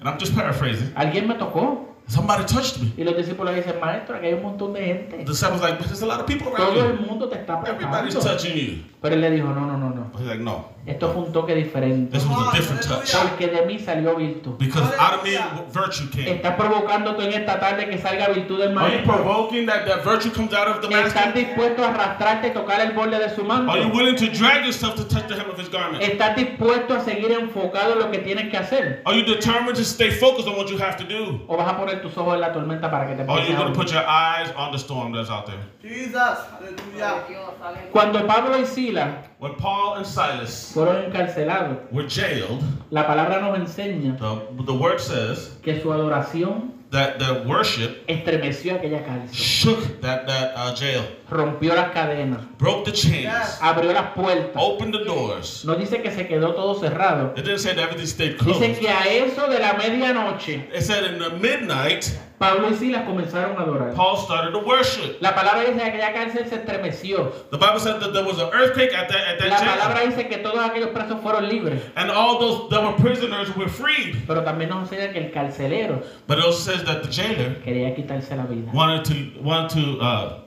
Speaker 3: and I'm just paraphrasing.
Speaker 1: Alguien me tocó.
Speaker 3: Somebody touched me.
Speaker 1: Y los discípulos dicen, maestro, aquí hay un montón de gente.
Speaker 3: The disciples like, but there's a lot of people around
Speaker 1: Todo
Speaker 3: you.
Speaker 1: el mundo te está
Speaker 3: Everybody's
Speaker 1: apretando.
Speaker 3: touching you.
Speaker 1: Pero él le dijo, no, no, no, no.
Speaker 3: But he's like, no,
Speaker 1: Esto fue un toque diferente.
Speaker 3: this was a different touch.
Speaker 1: Porque de mí salió virtud.
Speaker 3: Because out of me, virtue came.
Speaker 1: Estás provocándote en esta tarde que salga virtud del
Speaker 3: Are you
Speaker 1: maestro.
Speaker 3: provoking that, that virtue comes out of the
Speaker 1: Estás
Speaker 3: master?
Speaker 1: dispuesto a arrastrarte y tocar el borde de su manto.
Speaker 3: Are you willing to drag yourself to touch the hem of his garment?
Speaker 1: Estás dispuesto a seguir enfocado en lo que tienes que hacer.
Speaker 3: Are you determined to stay focused on what you have to do?
Speaker 1: O vas a poner tus ojos en la tormenta para que te
Speaker 3: Or are you
Speaker 1: empieces a
Speaker 3: going to
Speaker 1: hundir?
Speaker 3: put your eyes on the storm that's out there?
Speaker 2: Jesus. Hallelujah.
Speaker 1: Cuando Pablo y Silas
Speaker 3: When Paul and Silas
Speaker 1: fueron encarcelados,
Speaker 3: were jailed,
Speaker 1: la palabra nos enseña
Speaker 3: the, the word says
Speaker 1: que su adoración
Speaker 3: that their worship
Speaker 1: estremeció aquella cárcel,
Speaker 3: shook that, that uh, jail,
Speaker 1: rompió las cadenas,
Speaker 3: broke the chains,
Speaker 2: Yes.
Speaker 1: abrió las puertas.
Speaker 3: opened the doors.
Speaker 1: No dice que se quedó todo cerrado.
Speaker 3: It didn't say that everything stayed
Speaker 1: Dice
Speaker 3: closed.
Speaker 1: que a eso de la medianoche,
Speaker 3: It said in the midnight,
Speaker 1: Pablo y Silas comenzaron a adorar.
Speaker 3: Paul started to worship.
Speaker 1: La palabra dice que aquella cárcel se estremeció.
Speaker 3: The Bible said that there was an earthquake at that, at
Speaker 1: La
Speaker 3: that
Speaker 1: palabra
Speaker 3: jail.
Speaker 1: dice que todos aquellos presos fueron libres.
Speaker 3: And all those that were prisoners were freed.
Speaker 1: Pero también nos enseña que el carcelero
Speaker 3: But it also says that the jailer
Speaker 1: quería quitarse la vida.
Speaker 3: wanted to wanted to uh,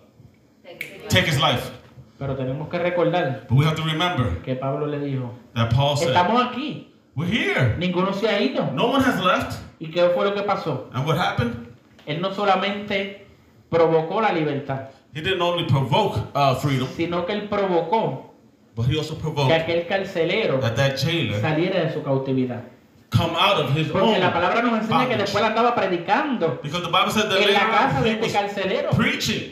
Speaker 3: take his life.
Speaker 1: Pero tenemos que recordar
Speaker 3: But we have to remember
Speaker 1: que Pablo le dijo,
Speaker 3: that Paul said,
Speaker 1: estamos aquí,
Speaker 3: We're here.
Speaker 1: ninguno se ha ido.
Speaker 3: No one has left.
Speaker 1: ¿Y qué fue lo que pasó?
Speaker 3: And what happened?
Speaker 1: Él no solamente provocó la libertad,
Speaker 3: He didn't only provoke uh, freedom,
Speaker 1: sino que él provocó
Speaker 3: but he also
Speaker 1: que
Speaker 3: provoked
Speaker 1: aquel carcelero
Speaker 3: that that jailer
Speaker 1: saliera de su cautividad.
Speaker 3: come out of his
Speaker 1: Porque
Speaker 3: own
Speaker 1: la palabra nos enseña que
Speaker 3: bondage.
Speaker 1: después andaba predicando
Speaker 3: Because the Bible said that
Speaker 1: en
Speaker 3: later
Speaker 1: la casa
Speaker 3: on,
Speaker 1: de
Speaker 3: he
Speaker 1: este
Speaker 3: was
Speaker 1: carcelero.
Speaker 3: preaching.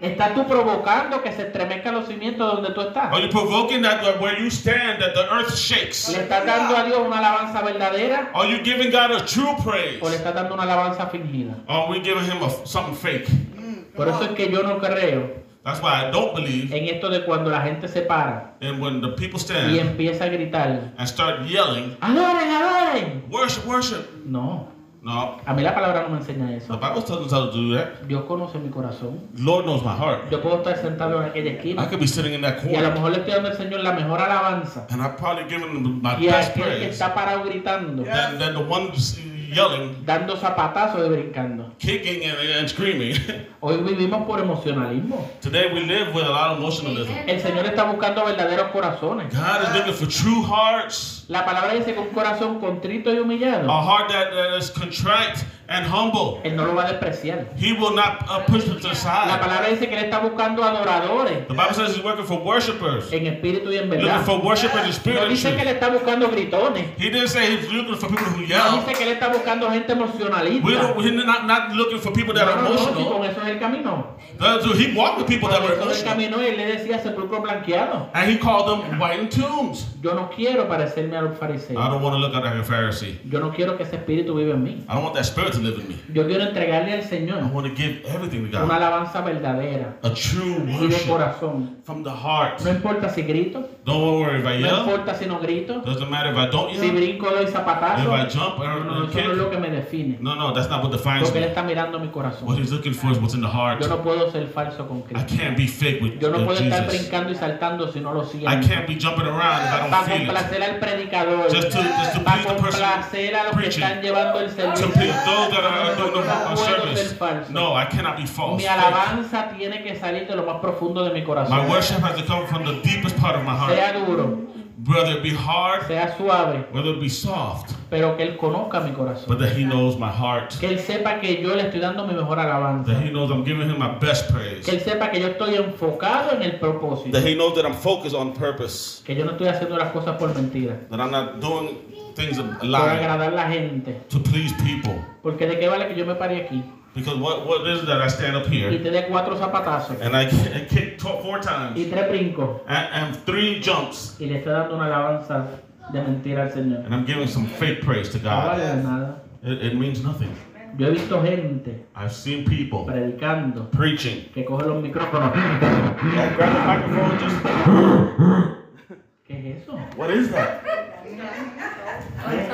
Speaker 1: Estás tú provocando que se estremezcan los cimientos donde tú
Speaker 3: Are
Speaker 1: estás.
Speaker 3: you provoking that that where you stand that the earth shakes?
Speaker 1: ¿Le estás dando a Dios una alabanza verdadera
Speaker 3: Are you giving God a true praise?
Speaker 1: o le estás dando una alabanza fingida?
Speaker 3: Or are we giving him a, something fake?
Speaker 2: Mm,
Speaker 1: Por
Speaker 2: come
Speaker 1: eso es
Speaker 2: on.
Speaker 1: que yo no creo
Speaker 3: That's why I don't believe
Speaker 1: en esto de cuando la gente se para
Speaker 3: in when the people stand
Speaker 1: y empieza a gritar,
Speaker 3: and start yelling,
Speaker 1: adoren, adoren.
Speaker 3: worship, worship.
Speaker 1: No,
Speaker 3: No,
Speaker 1: a mí la palabra no me enseña
Speaker 3: the
Speaker 1: eso.
Speaker 3: Bible tells us how to do that.
Speaker 1: Dios conoce mi corazón.
Speaker 3: Lord knows my heart.
Speaker 1: Yo puedo estar sentado en aquella
Speaker 3: I
Speaker 1: esquina
Speaker 3: could be sitting in that
Speaker 1: y a lo
Speaker 3: corner
Speaker 1: mejor le estoy dando al Señor la mejor alabanza
Speaker 3: and I'm probably giving him my
Speaker 1: y a
Speaker 3: best
Speaker 1: aquel que
Speaker 3: praise.
Speaker 1: está parado gritando,
Speaker 3: Than, than the one who's yelling,
Speaker 1: dando zapatazos y brincando.
Speaker 3: kicking, and, and screaming.
Speaker 1: Hoy vivimos por emocionalismo.
Speaker 3: Today we live with a lot of emotionalism.
Speaker 1: El Señor está buscando verdaderos corazones.
Speaker 3: God is looking for true hearts.
Speaker 1: La palabra dice que un corazón contrito y
Speaker 3: A
Speaker 1: humillado,
Speaker 3: heart that, that is contrite and humble.
Speaker 1: Él no lo va a despreciar.
Speaker 3: He will not uh, push them to the
Speaker 1: La
Speaker 3: side.
Speaker 1: palabra dice que Él está buscando adoradores
Speaker 3: The Bible says he's working for worshipers.
Speaker 1: en espíritu y en
Speaker 3: Looking
Speaker 1: verdad.
Speaker 3: for worshipers in
Speaker 1: No
Speaker 3: spirit and
Speaker 1: dice que Él
Speaker 3: truth.
Speaker 1: está buscando gritones.
Speaker 3: He didn't say he's looking for people who
Speaker 1: No
Speaker 3: yell.
Speaker 1: dice que Él está buscando gente
Speaker 3: We
Speaker 1: emocionalista.
Speaker 3: don't, we're not, not looking for people
Speaker 1: No,
Speaker 3: that are
Speaker 1: no, no, si
Speaker 3: emotional.
Speaker 1: con eso es el camino.
Speaker 3: That's who- He walked with people
Speaker 1: Con
Speaker 3: that were
Speaker 1: eso es el
Speaker 3: emotional.
Speaker 1: camino y le decía sepulcro blanqueado.
Speaker 3: And he called them white tombs.
Speaker 1: Yo no quiero parecerme a los
Speaker 3: I
Speaker 1: fariseos.
Speaker 3: don't want to look like a Pharisee.
Speaker 1: Yo no quiero que ese espíritu viva en mí.
Speaker 3: I don't want that spirit to live in me.
Speaker 1: Yo quiero entregarle al
Speaker 3: I
Speaker 1: Señor
Speaker 3: want to give everything to
Speaker 1: una
Speaker 3: God.
Speaker 1: alabanza verdadera
Speaker 3: A true
Speaker 1: y de
Speaker 3: worship
Speaker 1: corazón.
Speaker 3: from the heart.
Speaker 1: No importa si grito,
Speaker 3: Don't worry if I
Speaker 1: no
Speaker 3: yell.
Speaker 1: importa si no grito,
Speaker 3: Doesn't matter if I don't
Speaker 1: si
Speaker 3: yell.
Speaker 1: brinco doy
Speaker 3: If I
Speaker 1: zapatazo.
Speaker 3: jump
Speaker 1: No,
Speaker 3: or
Speaker 1: no,
Speaker 3: or
Speaker 1: eso no es
Speaker 3: kick.
Speaker 1: lo que me define.
Speaker 3: No, no, that's not what defines
Speaker 1: Lo que él
Speaker 3: me.
Speaker 1: está mirando mi
Speaker 3: What
Speaker 1: corazón.
Speaker 3: he's looking for is what's in the heart.
Speaker 1: Yo no puedo ser falso con
Speaker 3: I
Speaker 1: Cristo.
Speaker 3: can't be fake with
Speaker 1: Yo no
Speaker 3: with
Speaker 1: puedo estar
Speaker 3: Jesus.
Speaker 1: brincando y saltando si no lo
Speaker 3: I
Speaker 1: siento.
Speaker 3: can't be jumping around if I
Speaker 1: Para
Speaker 3: don't feel it.
Speaker 1: complacer al predicador.
Speaker 3: Just to, just to
Speaker 1: Para
Speaker 3: please the person.
Speaker 1: complacer a los que
Speaker 3: preaching.
Speaker 1: están llevando el
Speaker 3: To
Speaker 1: servicio.
Speaker 3: please those that are doing the wrong service. No, I cannot be false.
Speaker 1: Mi
Speaker 3: Fake.
Speaker 1: alabanza tiene que salir de lo más profundo de mi corazón.
Speaker 3: My worship has to come from the deepest part of my heart.
Speaker 1: Sea duro,
Speaker 3: Whether it be hard,
Speaker 1: sea suave,
Speaker 3: whether it be soft,
Speaker 1: pero que él conozca mi corazón.
Speaker 3: but that he knows my heart.
Speaker 1: Que él sepa que yo le estoy dando mi mejor alabanza.
Speaker 3: That he knows I'm giving him my best praise.
Speaker 1: Que él sepa que yo estoy enfocado en el propósito.
Speaker 3: That he knows that I'm focused on purpose.
Speaker 1: Que yo no estoy haciendo las cosas por mentira.
Speaker 3: That I'm not doing things
Speaker 1: Por
Speaker 3: lying
Speaker 1: agradar a la gente.
Speaker 3: to please people.
Speaker 1: Porque de qué vale que yo me pare aquí
Speaker 3: Because what, what is it that I stand up
Speaker 1: y
Speaker 3: here
Speaker 1: te dé cuatro zapatazos
Speaker 3: and I, I kick tw- four times
Speaker 1: y tres brincos
Speaker 3: and, and three jumps
Speaker 1: y le esté dando una alabanza de mentira al Señor.
Speaker 3: and I'm giving some fake praise to
Speaker 1: No
Speaker 3: God?
Speaker 1: vale de nada.
Speaker 3: It, it means nothing.
Speaker 1: Yo he visto gente
Speaker 3: I've seen people
Speaker 1: predicando
Speaker 3: preaching.
Speaker 1: que coge los micrófonos.
Speaker 3: Don't grab the microphone, just.
Speaker 1: ¿Qué es eso?
Speaker 3: What is that?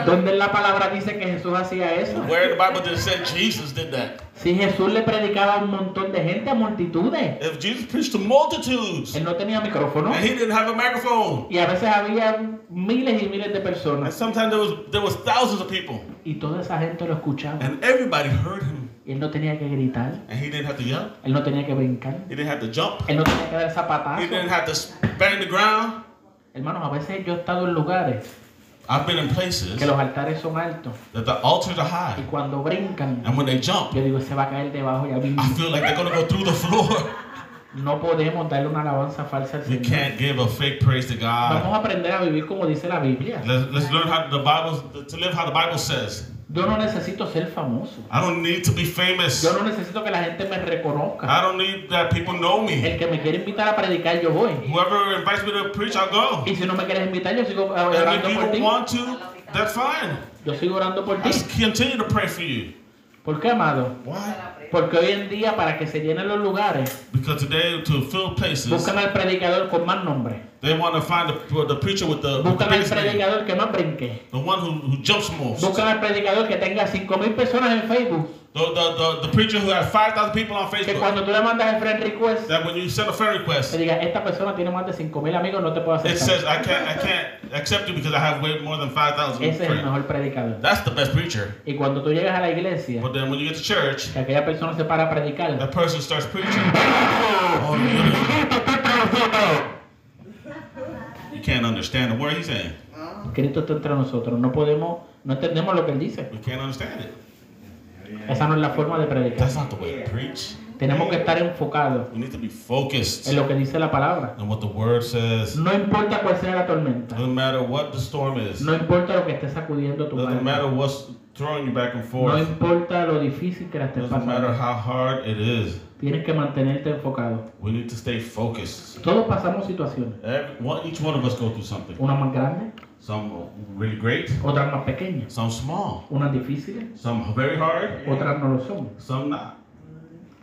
Speaker 1: ¿Dónde en la palabra dice que Jesús hacía eso?
Speaker 3: Where in the Bible did it say Jesus did that?
Speaker 1: Si Jesús le predicaba a un montón de gente, a multitudes,
Speaker 3: If Jesus preached to multitudes
Speaker 1: él no tenía micrófono
Speaker 3: and he didn't have a microphone,
Speaker 1: y a veces había miles y miles de
Speaker 3: and
Speaker 1: personas
Speaker 3: sometimes there was there was thousands of people
Speaker 1: y toda esa gente lo escuchaba
Speaker 3: and everybody heard him
Speaker 1: y él no tenía que gritar,
Speaker 3: and he didn't have to yell,
Speaker 1: él no tenía que brincar,
Speaker 3: he didn't have to jump,
Speaker 1: él no tenía que dar
Speaker 3: he didn't
Speaker 1: zapatazos.
Speaker 3: have to bang the ground.
Speaker 1: Hermanos, a veces yo he estado en lugares
Speaker 3: I've been in places
Speaker 1: que los altares son altos
Speaker 3: that the altars are
Speaker 1: y
Speaker 3: high,
Speaker 1: cuando brincan,
Speaker 3: and when they jump,
Speaker 1: yo digo, se va a caer debajo y a mí
Speaker 3: I feel like they're gonna go through the floor.
Speaker 1: no podemos darle una alabanza falsa al
Speaker 3: You
Speaker 1: Señor.
Speaker 3: can't ah. give a fake praise to God.
Speaker 1: Vamos a aprender a vivir como dice la Biblia.
Speaker 3: Let's, let's learn how the Bible to live how the Bible says.
Speaker 1: Yo no necesito ser famoso.
Speaker 3: I don't need to be famous.
Speaker 1: Yo no necesito que la gente me reconozca.
Speaker 3: I don't need that people know me.
Speaker 1: El que me quiere invitar a predicar, yo voy.
Speaker 3: Whoever invites me to preach, I'll go.
Speaker 1: Y si no me quieres invitar, yo sigo eh,
Speaker 3: And
Speaker 1: orando
Speaker 3: if
Speaker 1: por
Speaker 3: you
Speaker 1: ti.
Speaker 3: want to, That's fine.
Speaker 1: Yo sigo orando por
Speaker 3: I
Speaker 1: ti.
Speaker 3: s- continue to pray for you.
Speaker 1: ¿Por qué, amado?
Speaker 3: Why?
Speaker 1: Porque hoy en día, para que se llenen los lugares,
Speaker 3: Because today, to fill places,
Speaker 1: buscan al predicador con más nombre.
Speaker 3: they want to find the, the preacher with the, with the
Speaker 1: Buscan al
Speaker 3: biggest name,
Speaker 1: predicador que más brinque.
Speaker 3: the one who, who jumps most. The,
Speaker 1: Buscan al predicador que tenga 5.000 personas en Facebook.
Speaker 3: the, the, the preacher who has 5,000 people on
Speaker 1: Que
Speaker 3: Facebook.
Speaker 1: cuando tú le mandas el friend request,
Speaker 3: That when you send a friend
Speaker 1: te
Speaker 3: request,
Speaker 1: diga, esta persona tiene más de 5.000 amigos, no te puedo
Speaker 3: it
Speaker 1: aceptar.
Speaker 3: says, I can't, I can't accept you because I have way more than 5,000
Speaker 1: Ese es el
Speaker 3: friends.
Speaker 1: mejor predicador.
Speaker 3: That's the best preacher.
Speaker 1: Y cuando tú llegas a la iglesia,
Speaker 3: But then when you get to church,
Speaker 1: que aquella persona se para a predicar,
Speaker 3: that person starts preaching. Oh, you- you can't understand a word he's saying.
Speaker 2: Ah,
Speaker 1: Cristo está entre nosotros. No podemos, no entendemos lo que él dice.
Speaker 3: We can't understand it.
Speaker 1: Esa no es la forma de predicar.
Speaker 3: That's not the way to preach.
Speaker 1: Tenemos que estar enfocados
Speaker 3: We need to be focused
Speaker 1: en lo que dice la palabra.
Speaker 3: on what the word says.
Speaker 1: No importa cuál sea la tormenta.
Speaker 3: Doesn't matter what the storm is.
Speaker 1: No importa lo que esté sacudiendo tu
Speaker 3: Doesn't matter
Speaker 1: barco.
Speaker 3: what's throwing you back and
Speaker 1: No
Speaker 3: forth.
Speaker 1: importa lo difícil que la estés
Speaker 3: Doesn't matter
Speaker 1: pasando.
Speaker 3: how hard it is.
Speaker 1: Tienes que mantenerte enfocado.
Speaker 3: We need to stay focused.
Speaker 1: Todos pasamos situaciones.
Speaker 3: Every, one, each one of us go through something.
Speaker 1: Unas más grandes,
Speaker 3: Some really great,
Speaker 1: otras más pequeñas.
Speaker 3: some small,
Speaker 1: Unas difíciles,
Speaker 3: some very hard,
Speaker 1: otras no lo son.
Speaker 3: some not.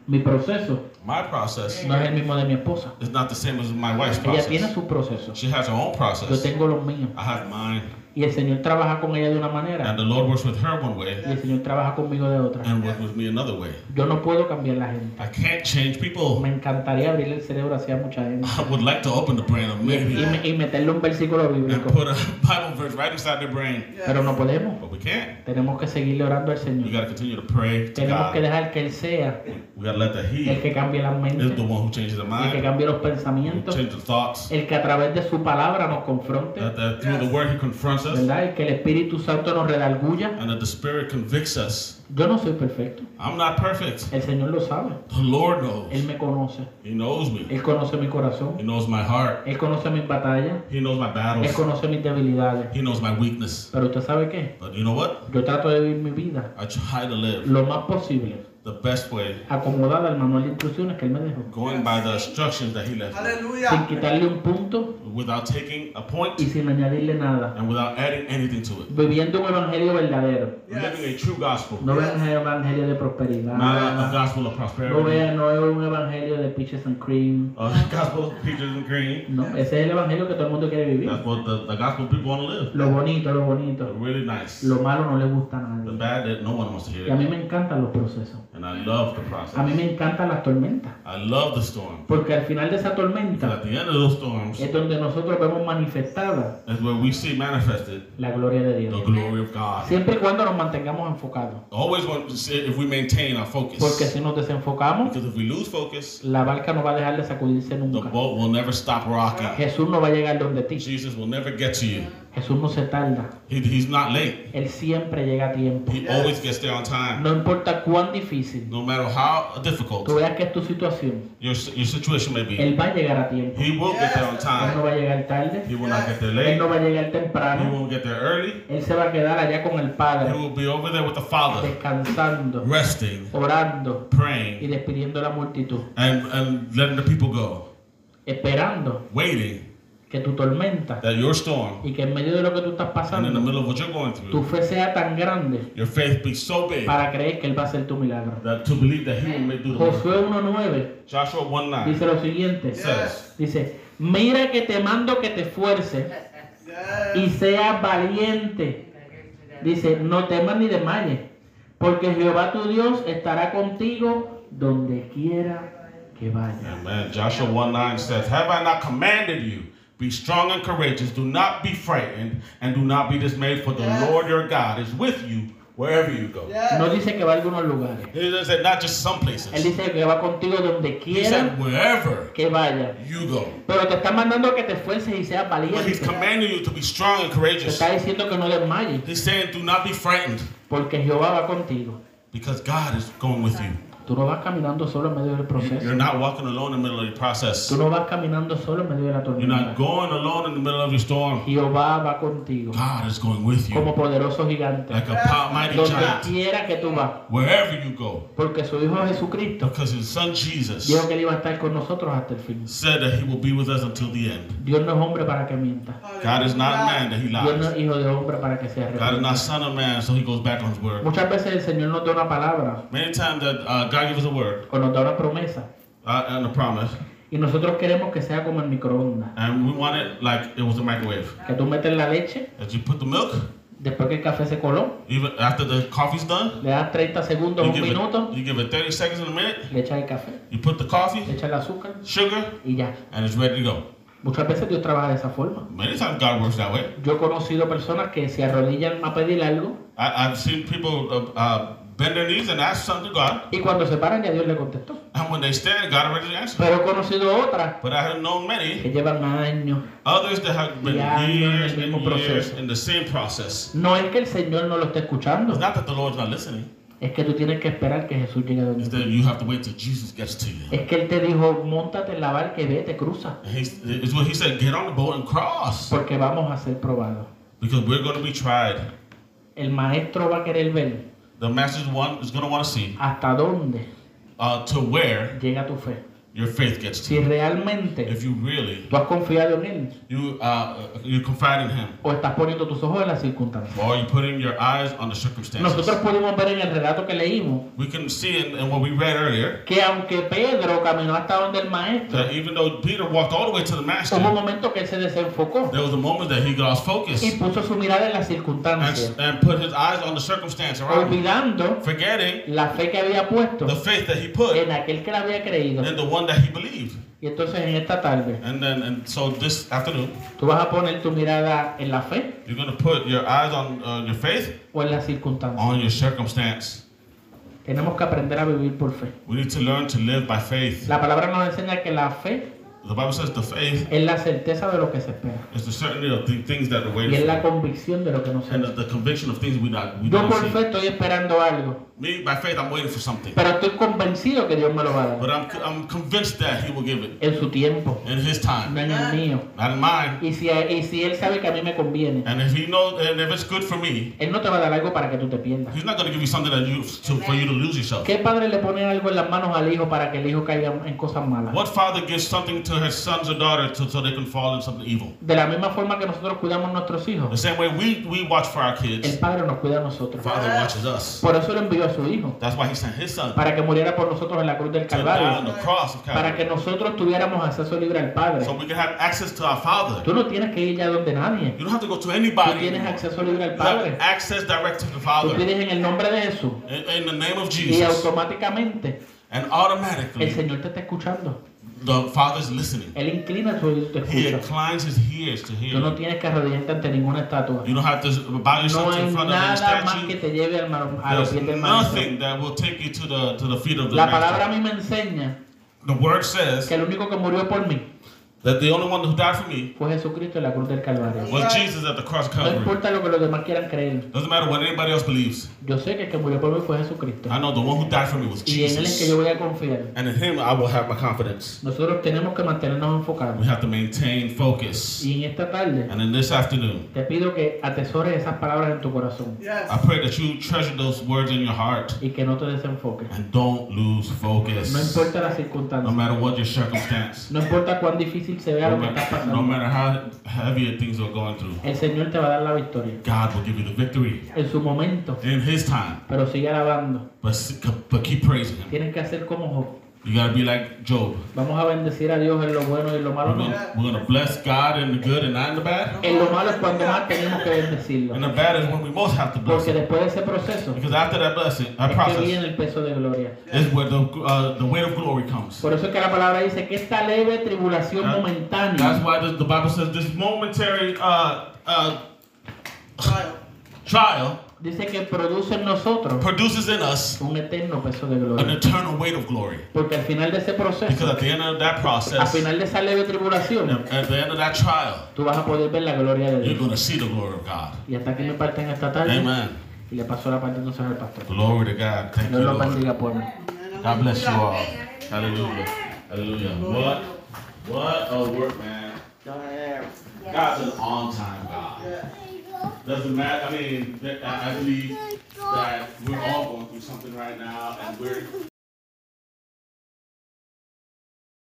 Speaker 1: Mi proceso
Speaker 3: My process
Speaker 1: no es el mismo de mi esposa.
Speaker 3: is not the same as my wife's
Speaker 1: Ella tiene
Speaker 3: process.
Speaker 1: su proceso.
Speaker 3: She has her own
Speaker 1: Yo
Speaker 3: process.
Speaker 1: tengo los míos.
Speaker 3: I have mine.
Speaker 1: Y el Señor trabaja con ella de una manera
Speaker 3: And the Lord works with her one way
Speaker 1: y el Señor trabaja conmigo de otra.
Speaker 3: and works with me another way.
Speaker 1: Yo no puedo cambiar la gente.
Speaker 3: I can't change people.
Speaker 1: Me encantaría abrirle el cerebro hacia mucha gente
Speaker 3: I would like to open the brain of
Speaker 1: y,
Speaker 3: maybe
Speaker 1: y me- y meterle un versículo
Speaker 3: and
Speaker 1: bíblico.
Speaker 3: put a Bible verse right inside their brain.
Speaker 2: yes.
Speaker 1: Pero no podemos.
Speaker 3: But we can't.
Speaker 1: Tenemos que seguirle orando al
Speaker 3: We
Speaker 1: Señor.
Speaker 3: gotta continue to pray to
Speaker 1: Tenemos que
Speaker 3: God.
Speaker 1: dejar que Él sea
Speaker 3: We gotta let that
Speaker 1: el
Speaker 3: He
Speaker 1: que cambie las
Speaker 3: is the
Speaker 1: mentes,
Speaker 3: one who changes the
Speaker 1: el que
Speaker 3: mind,
Speaker 1: cambie los
Speaker 3: who
Speaker 1: pensamientos,
Speaker 3: changes the thoughts.
Speaker 1: el que a través de su palabra nos confronte,
Speaker 3: That, that through the word He confronts us
Speaker 1: ¿verdad? El que el Espíritu Santo nos redarguya.
Speaker 3: and that the Spirit convicts us.
Speaker 1: Yo no soy perfecto.
Speaker 3: I'm not perfect.
Speaker 1: El Señor lo sabe.
Speaker 3: The Lord
Speaker 1: Él
Speaker 3: knows.
Speaker 1: me conoce.
Speaker 3: He knows me.
Speaker 1: Él conoce mi corazón.
Speaker 3: He knows my heart.
Speaker 1: Él conoce mis batallas.
Speaker 3: He knows my
Speaker 1: Él
Speaker 3: battles.
Speaker 1: conoce mis debilidades.
Speaker 3: He knows my weakness.
Speaker 1: Pero usted sabe qué?
Speaker 3: But you know what?
Speaker 1: Yo trato de vivir mi vida
Speaker 3: I try to live
Speaker 1: lo más posible,
Speaker 3: the best way,
Speaker 1: acomodada al manual de instrucciones que él me dejó,
Speaker 3: going by the instructions that He left, me,
Speaker 1: sin
Speaker 2: Hallelujah.
Speaker 1: quitarle un punto
Speaker 3: without taking a
Speaker 1: y
Speaker 3: point
Speaker 1: sin añadirle nada,
Speaker 3: and without adding anything to it.
Speaker 1: viviendo un evangelio verdadero,
Speaker 3: Living a
Speaker 2: Yes.
Speaker 3: true gospel,
Speaker 1: no vean el evangelio de prosperidad,
Speaker 3: not
Speaker 1: no
Speaker 3: a gospel of prosperity,
Speaker 1: vean no es un evangelio de peaches and cream,
Speaker 3: a gospel of peaches and cream.
Speaker 1: no, ese es el evangelio que todo el mundo quiere vivir,
Speaker 3: That's what the, the gospel people want to live.
Speaker 1: lo bonito, lo
Speaker 3: They're
Speaker 1: bonito,
Speaker 3: really nice.
Speaker 1: lo malo no le gusta a
Speaker 3: The
Speaker 1: nadie,
Speaker 3: bad that no one wants to
Speaker 1: y a
Speaker 3: hear.
Speaker 1: mí me encantan los procesos,
Speaker 3: And I love the
Speaker 1: a mí
Speaker 3: process.
Speaker 1: me encantan las tormentas,
Speaker 3: I love the storm.
Speaker 1: porque al final de esa
Speaker 3: Because
Speaker 1: tormenta
Speaker 3: at the end of those storms
Speaker 1: es donde nosotros vemos manifestada
Speaker 3: is where we see manifested
Speaker 1: la gloria de
Speaker 3: the
Speaker 1: Dios.
Speaker 3: glory of God.
Speaker 1: Siempre y cuando nos mantengamos enfocados.
Speaker 3: Always want to see if we maintain our focus.
Speaker 1: Porque si nos desenfocamos,
Speaker 3: Because if we lose focus,
Speaker 1: la barca no va a dejar de sacudirse
Speaker 3: the
Speaker 1: nunca.
Speaker 3: boat will never stop rocking.
Speaker 1: Jesús no va a llegar donde ti.
Speaker 3: Jesus will never get to you.
Speaker 1: Jesús no se tarda.
Speaker 3: He, he's not late.
Speaker 1: Él siempre llega a tiempo.
Speaker 3: He always gets there on time.
Speaker 1: No importa cuán difícil
Speaker 3: No matter how
Speaker 1: tú
Speaker 3: difficult
Speaker 1: veas que es tu situación,
Speaker 3: your, your situation may be,
Speaker 1: Él va a llegar a tiempo.
Speaker 3: he will get there on
Speaker 1: Él no
Speaker 3: time.
Speaker 1: va a llegar tarde.
Speaker 3: He will not get there
Speaker 1: Él
Speaker 3: late.
Speaker 1: no va a llegar
Speaker 3: He
Speaker 1: temprano.
Speaker 3: won't get there early.
Speaker 1: Él se va a quedar allá con el
Speaker 3: He
Speaker 1: Padre,
Speaker 3: will be over there with the Father,
Speaker 1: descansando,
Speaker 3: resting,
Speaker 1: orando y
Speaker 3: praying,
Speaker 1: despidiendo a la multitud.
Speaker 3: and, and letting the people go,
Speaker 1: Esperando
Speaker 3: waiting
Speaker 1: que tu tormenta
Speaker 3: that your storm
Speaker 1: y que en medio de lo que tú estás
Speaker 3: and
Speaker 1: pasando,
Speaker 3: in the middle of what you're going
Speaker 1: tu
Speaker 3: through,
Speaker 1: fe sea tan grande
Speaker 3: your faith be so big
Speaker 1: para creer que Él va a hacer tu milagro.
Speaker 3: that to believe that He will make do the work.
Speaker 1: Josué 1.9
Speaker 3: Joshua 1 9
Speaker 1: dice lo siguiente.
Speaker 3: says,
Speaker 1: Dice, mira que te mando que te esfuerces y
Speaker 2: Yes.
Speaker 1: seas valiente. Dice, no temas ni desmayes, porque Jehová tu Dios estará contigo donde quiera que vayas.
Speaker 3: Amen. Joshua 1 9 says, Have I not commanded you? Be strong and courageous. Do not be frightened and do not be dismayed, for the
Speaker 2: Yes.
Speaker 3: Lord your God is with you wherever you go.
Speaker 1: No
Speaker 2: Yes.
Speaker 1: dice que va a algunos lugares.
Speaker 3: He doesn't say not just some
Speaker 1: Él
Speaker 3: places.
Speaker 1: dice que va contigo donde
Speaker 3: He
Speaker 1: quiera
Speaker 3: said wherever
Speaker 1: que vayas.
Speaker 3: you go.
Speaker 1: Pero te está mandando que te esfuerces y seas
Speaker 3: But
Speaker 1: valiente.
Speaker 3: he's commanding you to be strong and
Speaker 1: Te
Speaker 3: courageous.
Speaker 1: está diciendo que no desmayes,
Speaker 3: He's saying, do not be frightened
Speaker 1: porque Jehová va contigo.
Speaker 3: because God is going with you.
Speaker 1: Tú Tú no vas caminando solo en medio del proceso.
Speaker 3: You're not walking alone in the middle of the process.
Speaker 1: Tú no vas caminando solo en medio de la
Speaker 3: You're
Speaker 1: tormenta.
Speaker 3: not going alone in the middle of your storm.
Speaker 1: Jehová va contigo
Speaker 3: God is going with you
Speaker 1: como poderoso gigante.
Speaker 3: like a pow- mighty
Speaker 1: Donde
Speaker 3: giant.
Speaker 1: quiera que tú vas.
Speaker 3: Wherever you go,
Speaker 1: Porque su Hijo Jesucristo
Speaker 3: because his son Jesus
Speaker 1: dijo que él iba a estar con nosotros hasta el fin.
Speaker 3: said that he will be with us until the end.
Speaker 1: Dios no es hombre para que mienta.
Speaker 3: God is not
Speaker 2: Hallelujah.
Speaker 3: man that he
Speaker 1: Dios no
Speaker 3: lies.
Speaker 1: es hijo de hombre para que se
Speaker 3: God is
Speaker 1: arrepienta.
Speaker 3: not son of man, so he goes back on his word.
Speaker 1: Muchas veces el Señor nos da una palabra
Speaker 3: Many times that uh, God gives us a word
Speaker 1: o nos da una promesa
Speaker 3: uh, and a promise,
Speaker 1: y nosotros queremos que sea como el microondas.
Speaker 3: and we want it like it was a microwave.
Speaker 1: Que tú metes la leche,
Speaker 3: As you put the milk,
Speaker 1: después que el café se coló,
Speaker 3: even after the coffee's done,
Speaker 1: le das 30 segundos,
Speaker 3: you
Speaker 1: un
Speaker 3: give,
Speaker 1: minuto,
Speaker 3: it, you give it 30 seconds in a minute,
Speaker 1: le echas el café,
Speaker 3: you put the coffee,
Speaker 1: le echas el azúcar
Speaker 3: sugar,
Speaker 1: y ya.
Speaker 3: and it's ready to go.
Speaker 1: Muchas veces Dios trabaja de esa forma.
Speaker 3: Many times God works that way.
Speaker 1: Yo he conocido personas que se arrodillan a pedir algo
Speaker 3: I, I've seen people uh, uh, bend their knees and ask something to God,
Speaker 1: y cuando se paran ya Dios le contestó.
Speaker 3: and when they stand, God already answered.
Speaker 1: Pero he conocido otras
Speaker 3: But I have known many
Speaker 1: que llevan años.
Speaker 3: others that have been
Speaker 1: Yeah,
Speaker 3: years
Speaker 1: mismo
Speaker 3: and years
Speaker 1: proceso.
Speaker 3: in the same process.
Speaker 1: No es que el Señor no lo esté escuchando,
Speaker 3: It's not that the Lord's not listening.
Speaker 1: es que tú tienes que esperar que Jesús llegue a donde
Speaker 3: It's
Speaker 1: tú.
Speaker 3: that you have to wait till Jesus gets to you.
Speaker 1: Es que Él te dijo, montate en la barca y vete, cruza,
Speaker 3: And He's, it's what he said, get on the boat and cross.
Speaker 1: porque vamos a ser probados.
Speaker 3: Because we're going to be tried.
Speaker 1: El maestro va a querer ver
Speaker 3: The master's one is going to want to see
Speaker 1: hasta dónde
Speaker 3: uh, to where
Speaker 1: llega tu fe.
Speaker 3: your faith gets to.
Speaker 1: Si realmente
Speaker 3: If you really,
Speaker 1: tú has confiado en Él
Speaker 3: you, uh, you confide in him.
Speaker 1: o estás poniendo tus ojos en las circunstancias.
Speaker 3: Or you putting your eyes on the circumstances.
Speaker 1: Nosotros pudimos ver en el relato que leímos
Speaker 3: We can see in, in what we read earlier
Speaker 1: que aunque Pedro caminó hasta donde el maestro,
Speaker 3: that even though Peter walked all the way to the master,
Speaker 1: hubo un momento que él se desenfocó
Speaker 3: there was a moment that he lost focus
Speaker 1: y puso su mirada en las circunstancias,
Speaker 3: and, and put his eyes on the circumstance around him,
Speaker 1: olvidando
Speaker 3: forgetting
Speaker 1: la fe que había puesto
Speaker 3: the faith that he put
Speaker 1: en aquel que la había creído.
Speaker 3: and the one that he believed.
Speaker 1: Y entonces en esta tarde,
Speaker 3: And then, and so this afternoon,
Speaker 1: tú vas a poner tu mirada en la fe
Speaker 3: you're going to put your eyes on uh, your faith,
Speaker 1: o en las circunstancias.
Speaker 3: on your circumstance.
Speaker 1: Tenemos que aprender a vivir por fe.
Speaker 3: We need to learn to live by faith.
Speaker 1: La palabra nos enseña que la fe
Speaker 3: The Bible says the faith
Speaker 1: es la certeza de lo que se espera
Speaker 3: is the certainty of the things that are
Speaker 1: y es
Speaker 3: waiting
Speaker 1: la
Speaker 3: for,
Speaker 1: convicción de lo que no se
Speaker 3: and
Speaker 1: ve.
Speaker 3: the, the conviction of things we not we
Speaker 1: Yo
Speaker 3: don't
Speaker 1: por fe
Speaker 3: see.
Speaker 1: estoy esperando algo,
Speaker 3: Me by faith, I'm waiting for something.
Speaker 1: pero estoy convencido que Dios me lo va a dar
Speaker 3: But I'm, I'm convinced that he will give it
Speaker 1: en su tiempo,
Speaker 3: in his time,
Speaker 1: no en el mío.
Speaker 3: not in mine.
Speaker 1: Y si, y si Él sabe que a mí me conviene,
Speaker 3: And if he knows, and if it's good for me,
Speaker 1: Él no te va a dar algo para que tú te pierdas.
Speaker 3: he's not going to give you something that you to, for you to lose yourself.
Speaker 1: ¿Qué padre le pone algo en las manos al hijo para que el hijo caiga en cosas malas?
Speaker 3: What father gives something to his sons or daughters to, so they can fall in something evil?
Speaker 1: De la misma forma que nosotros cuidamos a nuestros
Speaker 3: The
Speaker 1: hijos,
Speaker 3: same way we, we watch for our
Speaker 1: el
Speaker 3: kids,
Speaker 1: Padre nos cuida a nosotros.
Speaker 3: father watches us.
Speaker 1: Por eso le envió a su hijo,
Speaker 3: That's why he sent his son to
Speaker 1: para que muriera por nosotros en la cruz del
Speaker 3: die on
Speaker 1: Calvario,
Speaker 3: the cross of
Speaker 1: para que
Speaker 3: Calvary,
Speaker 1: nosotros tuviéramos acceso libre al Padre.
Speaker 3: so we can have access to our father.
Speaker 1: Tú no tienes que ir ya donde nadie.
Speaker 3: You don't have to go to
Speaker 1: Tú
Speaker 3: anybody.
Speaker 1: tienes
Speaker 3: anymore.
Speaker 1: acceso libre al
Speaker 3: You have
Speaker 1: Padre.
Speaker 3: access direct to the
Speaker 1: Tú
Speaker 3: father
Speaker 1: pides en el nombre de Jesús
Speaker 3: in, in the name of
Speaker 1: y
Speaker 3: Jesus,
Speaker 1: automáticamente
Speaker 3: and
Speaker 1: el
Speaker 3: automatically
Speaker 1: Señor te está escuchando.
Speaker 3: The Father's listening.
Speaker 1: Él inclina su oído y te
Speaker 3: He
Speaker 1: escucha.
Speaker 3: inclines his ears to hear.
Speaker 1: Tú no tienes que arrodillarte ante ninguna estatua.
Speaker 3: You don't have to bow
Speaker 1: No
Speaker 3: yourself in
Speaker 1: hay
Speaker 3: front of any
Speaker 1: nada más que
Speaker 3: statue.
Speaker 1: te lleve al mar- a los
Speaker 3: There's
Speaker 1: pies del maestro.
Speaker 3: nothing that will take you to the to the feet of the
Speaker 1: La palabra a
Speaker 3: master.
Speaker 1: mí me enseña
Speaker 3: The word says
Speaker 1: que el único que murió por mí
Speaker 3: that the only one who died for me
Speaker 1: fue Jesucristo en la cruz del Calvario.
Speaker 3: was Jesus at the cross of
Speaker 1: No
Speaker 3: Calvary.
Speaker 1: importa lo que los demás quieran creer.
Speaker 3: Doesn't matter what anybody else believes.
Speaker 1: Yo sé que el que murió por mí fue Jesucristo.
Speaker 3: I know the one who died for me was
Speaker 1: Y en él es que
Speaker 3: Ah, Jesus.
Speaker 1: yo voy a confiar.
Speaker 3: And in him I will have my confidence.
Speaker 1: Nosotros tenemos que mantenernos
Speaker 3: We
Speaker 1: enfocados.
Speaker 3: have to maintain focus.
Speaker 1: Y en esta tarde
Speaker 3: And in this afternoon,
Speaker 1: te pido que atesores esas palabras en tu corazón
Speaker 3: I
Speaker 2: Yes.
Speaker 3: pray that you treasure those words in your heart
Speaker 1: y que no te desenfoques.
Speaker 3: and don't lose
Speaker 1: No
Speaker 3: focus.
Speaker 1: importa las
Speaker 3: No
Speaker 1: circunstancias.
Speaker 3: matter what your circumstance.
Speaker 1: No importa cuán difícil se vea
Speaker 3: No
Speaker 1: lo que estás
Speaker 3: matter, no
Speaker 1: pasando.
Speaker 3: matter how heavy things are going through,
Speaker 1: El Señor te va a dar la victoria
Speaker 3: God will give you the victory
Speaker 1: en su momento.
Speaker 3: in His time.
Speaker 1: Pero sigue alabando.
Speaker 3: But, s- but keep praising Him.
Speaker 1: Tienes que hacer como Job.
Speaker 3: You gotta be like Job.
Speaker 1: Vamos a bendecir a Dios en lo bueno y en lo
Speaker 3: We're
Speaker 1: malo. no.
Speaker 3: gonna, we're gonna bless God in the good and not in the bad.
Speaker 1: En lo malo es cuando más tenemos que
Speaker 3: And
Speaker 1: bendecirlo.
Speaker 3: the bad is when we most have to bless
Speaker 1: Porque
Speaker 3: Him.
Speaker 1: después de ese proceso
Speaker 3: Because after that blessing,
Speaker 1: es
Speaker 3: that
Speaker 1: que
Speaker 3: process
Speaker 1: viene el peso de gloria.
Speaker 3: is where the uh, the weight of glory comes.
Speaker 1: Por eso es que la palabra dice que esta leve tribulación
Speaker 3: That's
Speaker 1: momentánea
Speaker 3: why the, the Bible says this momentary uh, uh,
Speaker 2: Trial.
Speaker 3: trial
Speaker 1: dice que produce en nosotros
Speaker 3: produces in us
Speaker 1: un eterno peso de
Speaker 3: an
Speaker 1: gloria.
Speaker 3: eternal weight of glory.
Speaker 1: Porque al final de ese
Speaker 3: Because
Speaker 1: proceso,
Speaker 3: at the end of that
Speaker 1: al
Speaker 3: process,
Speaker 1: final de esa leve tribulación,
Speaker 3: at the end of that trial,
Speaker 1: tú vas a poder ver la gloria de
Speaker 3: You're
Speaker 1: Dios.
Speaker 3: going to see the glory of God.
Speaker 1: Y hasta aquí me parten esta tarde
Speaker 3: Amen.
Speaker 1: y le paso la parte entonces al pastor.
Speaker 3: Glory to God. Thank you,
Speaker 1: Dios los
Speaker 3: Lord.
Speaker 1: bendiga, pueblo.
Speaker 2: And I God bless you all. Hallelujah.
Speaker 5: Hallelujah.
Speaker 2: Hallelujah. What? What a work, man. God's an on-time God.
Speaker 6: Yeah.
Speaker 3: Doesn't matter. I mean, I I believe that we're all going through something right now, and we're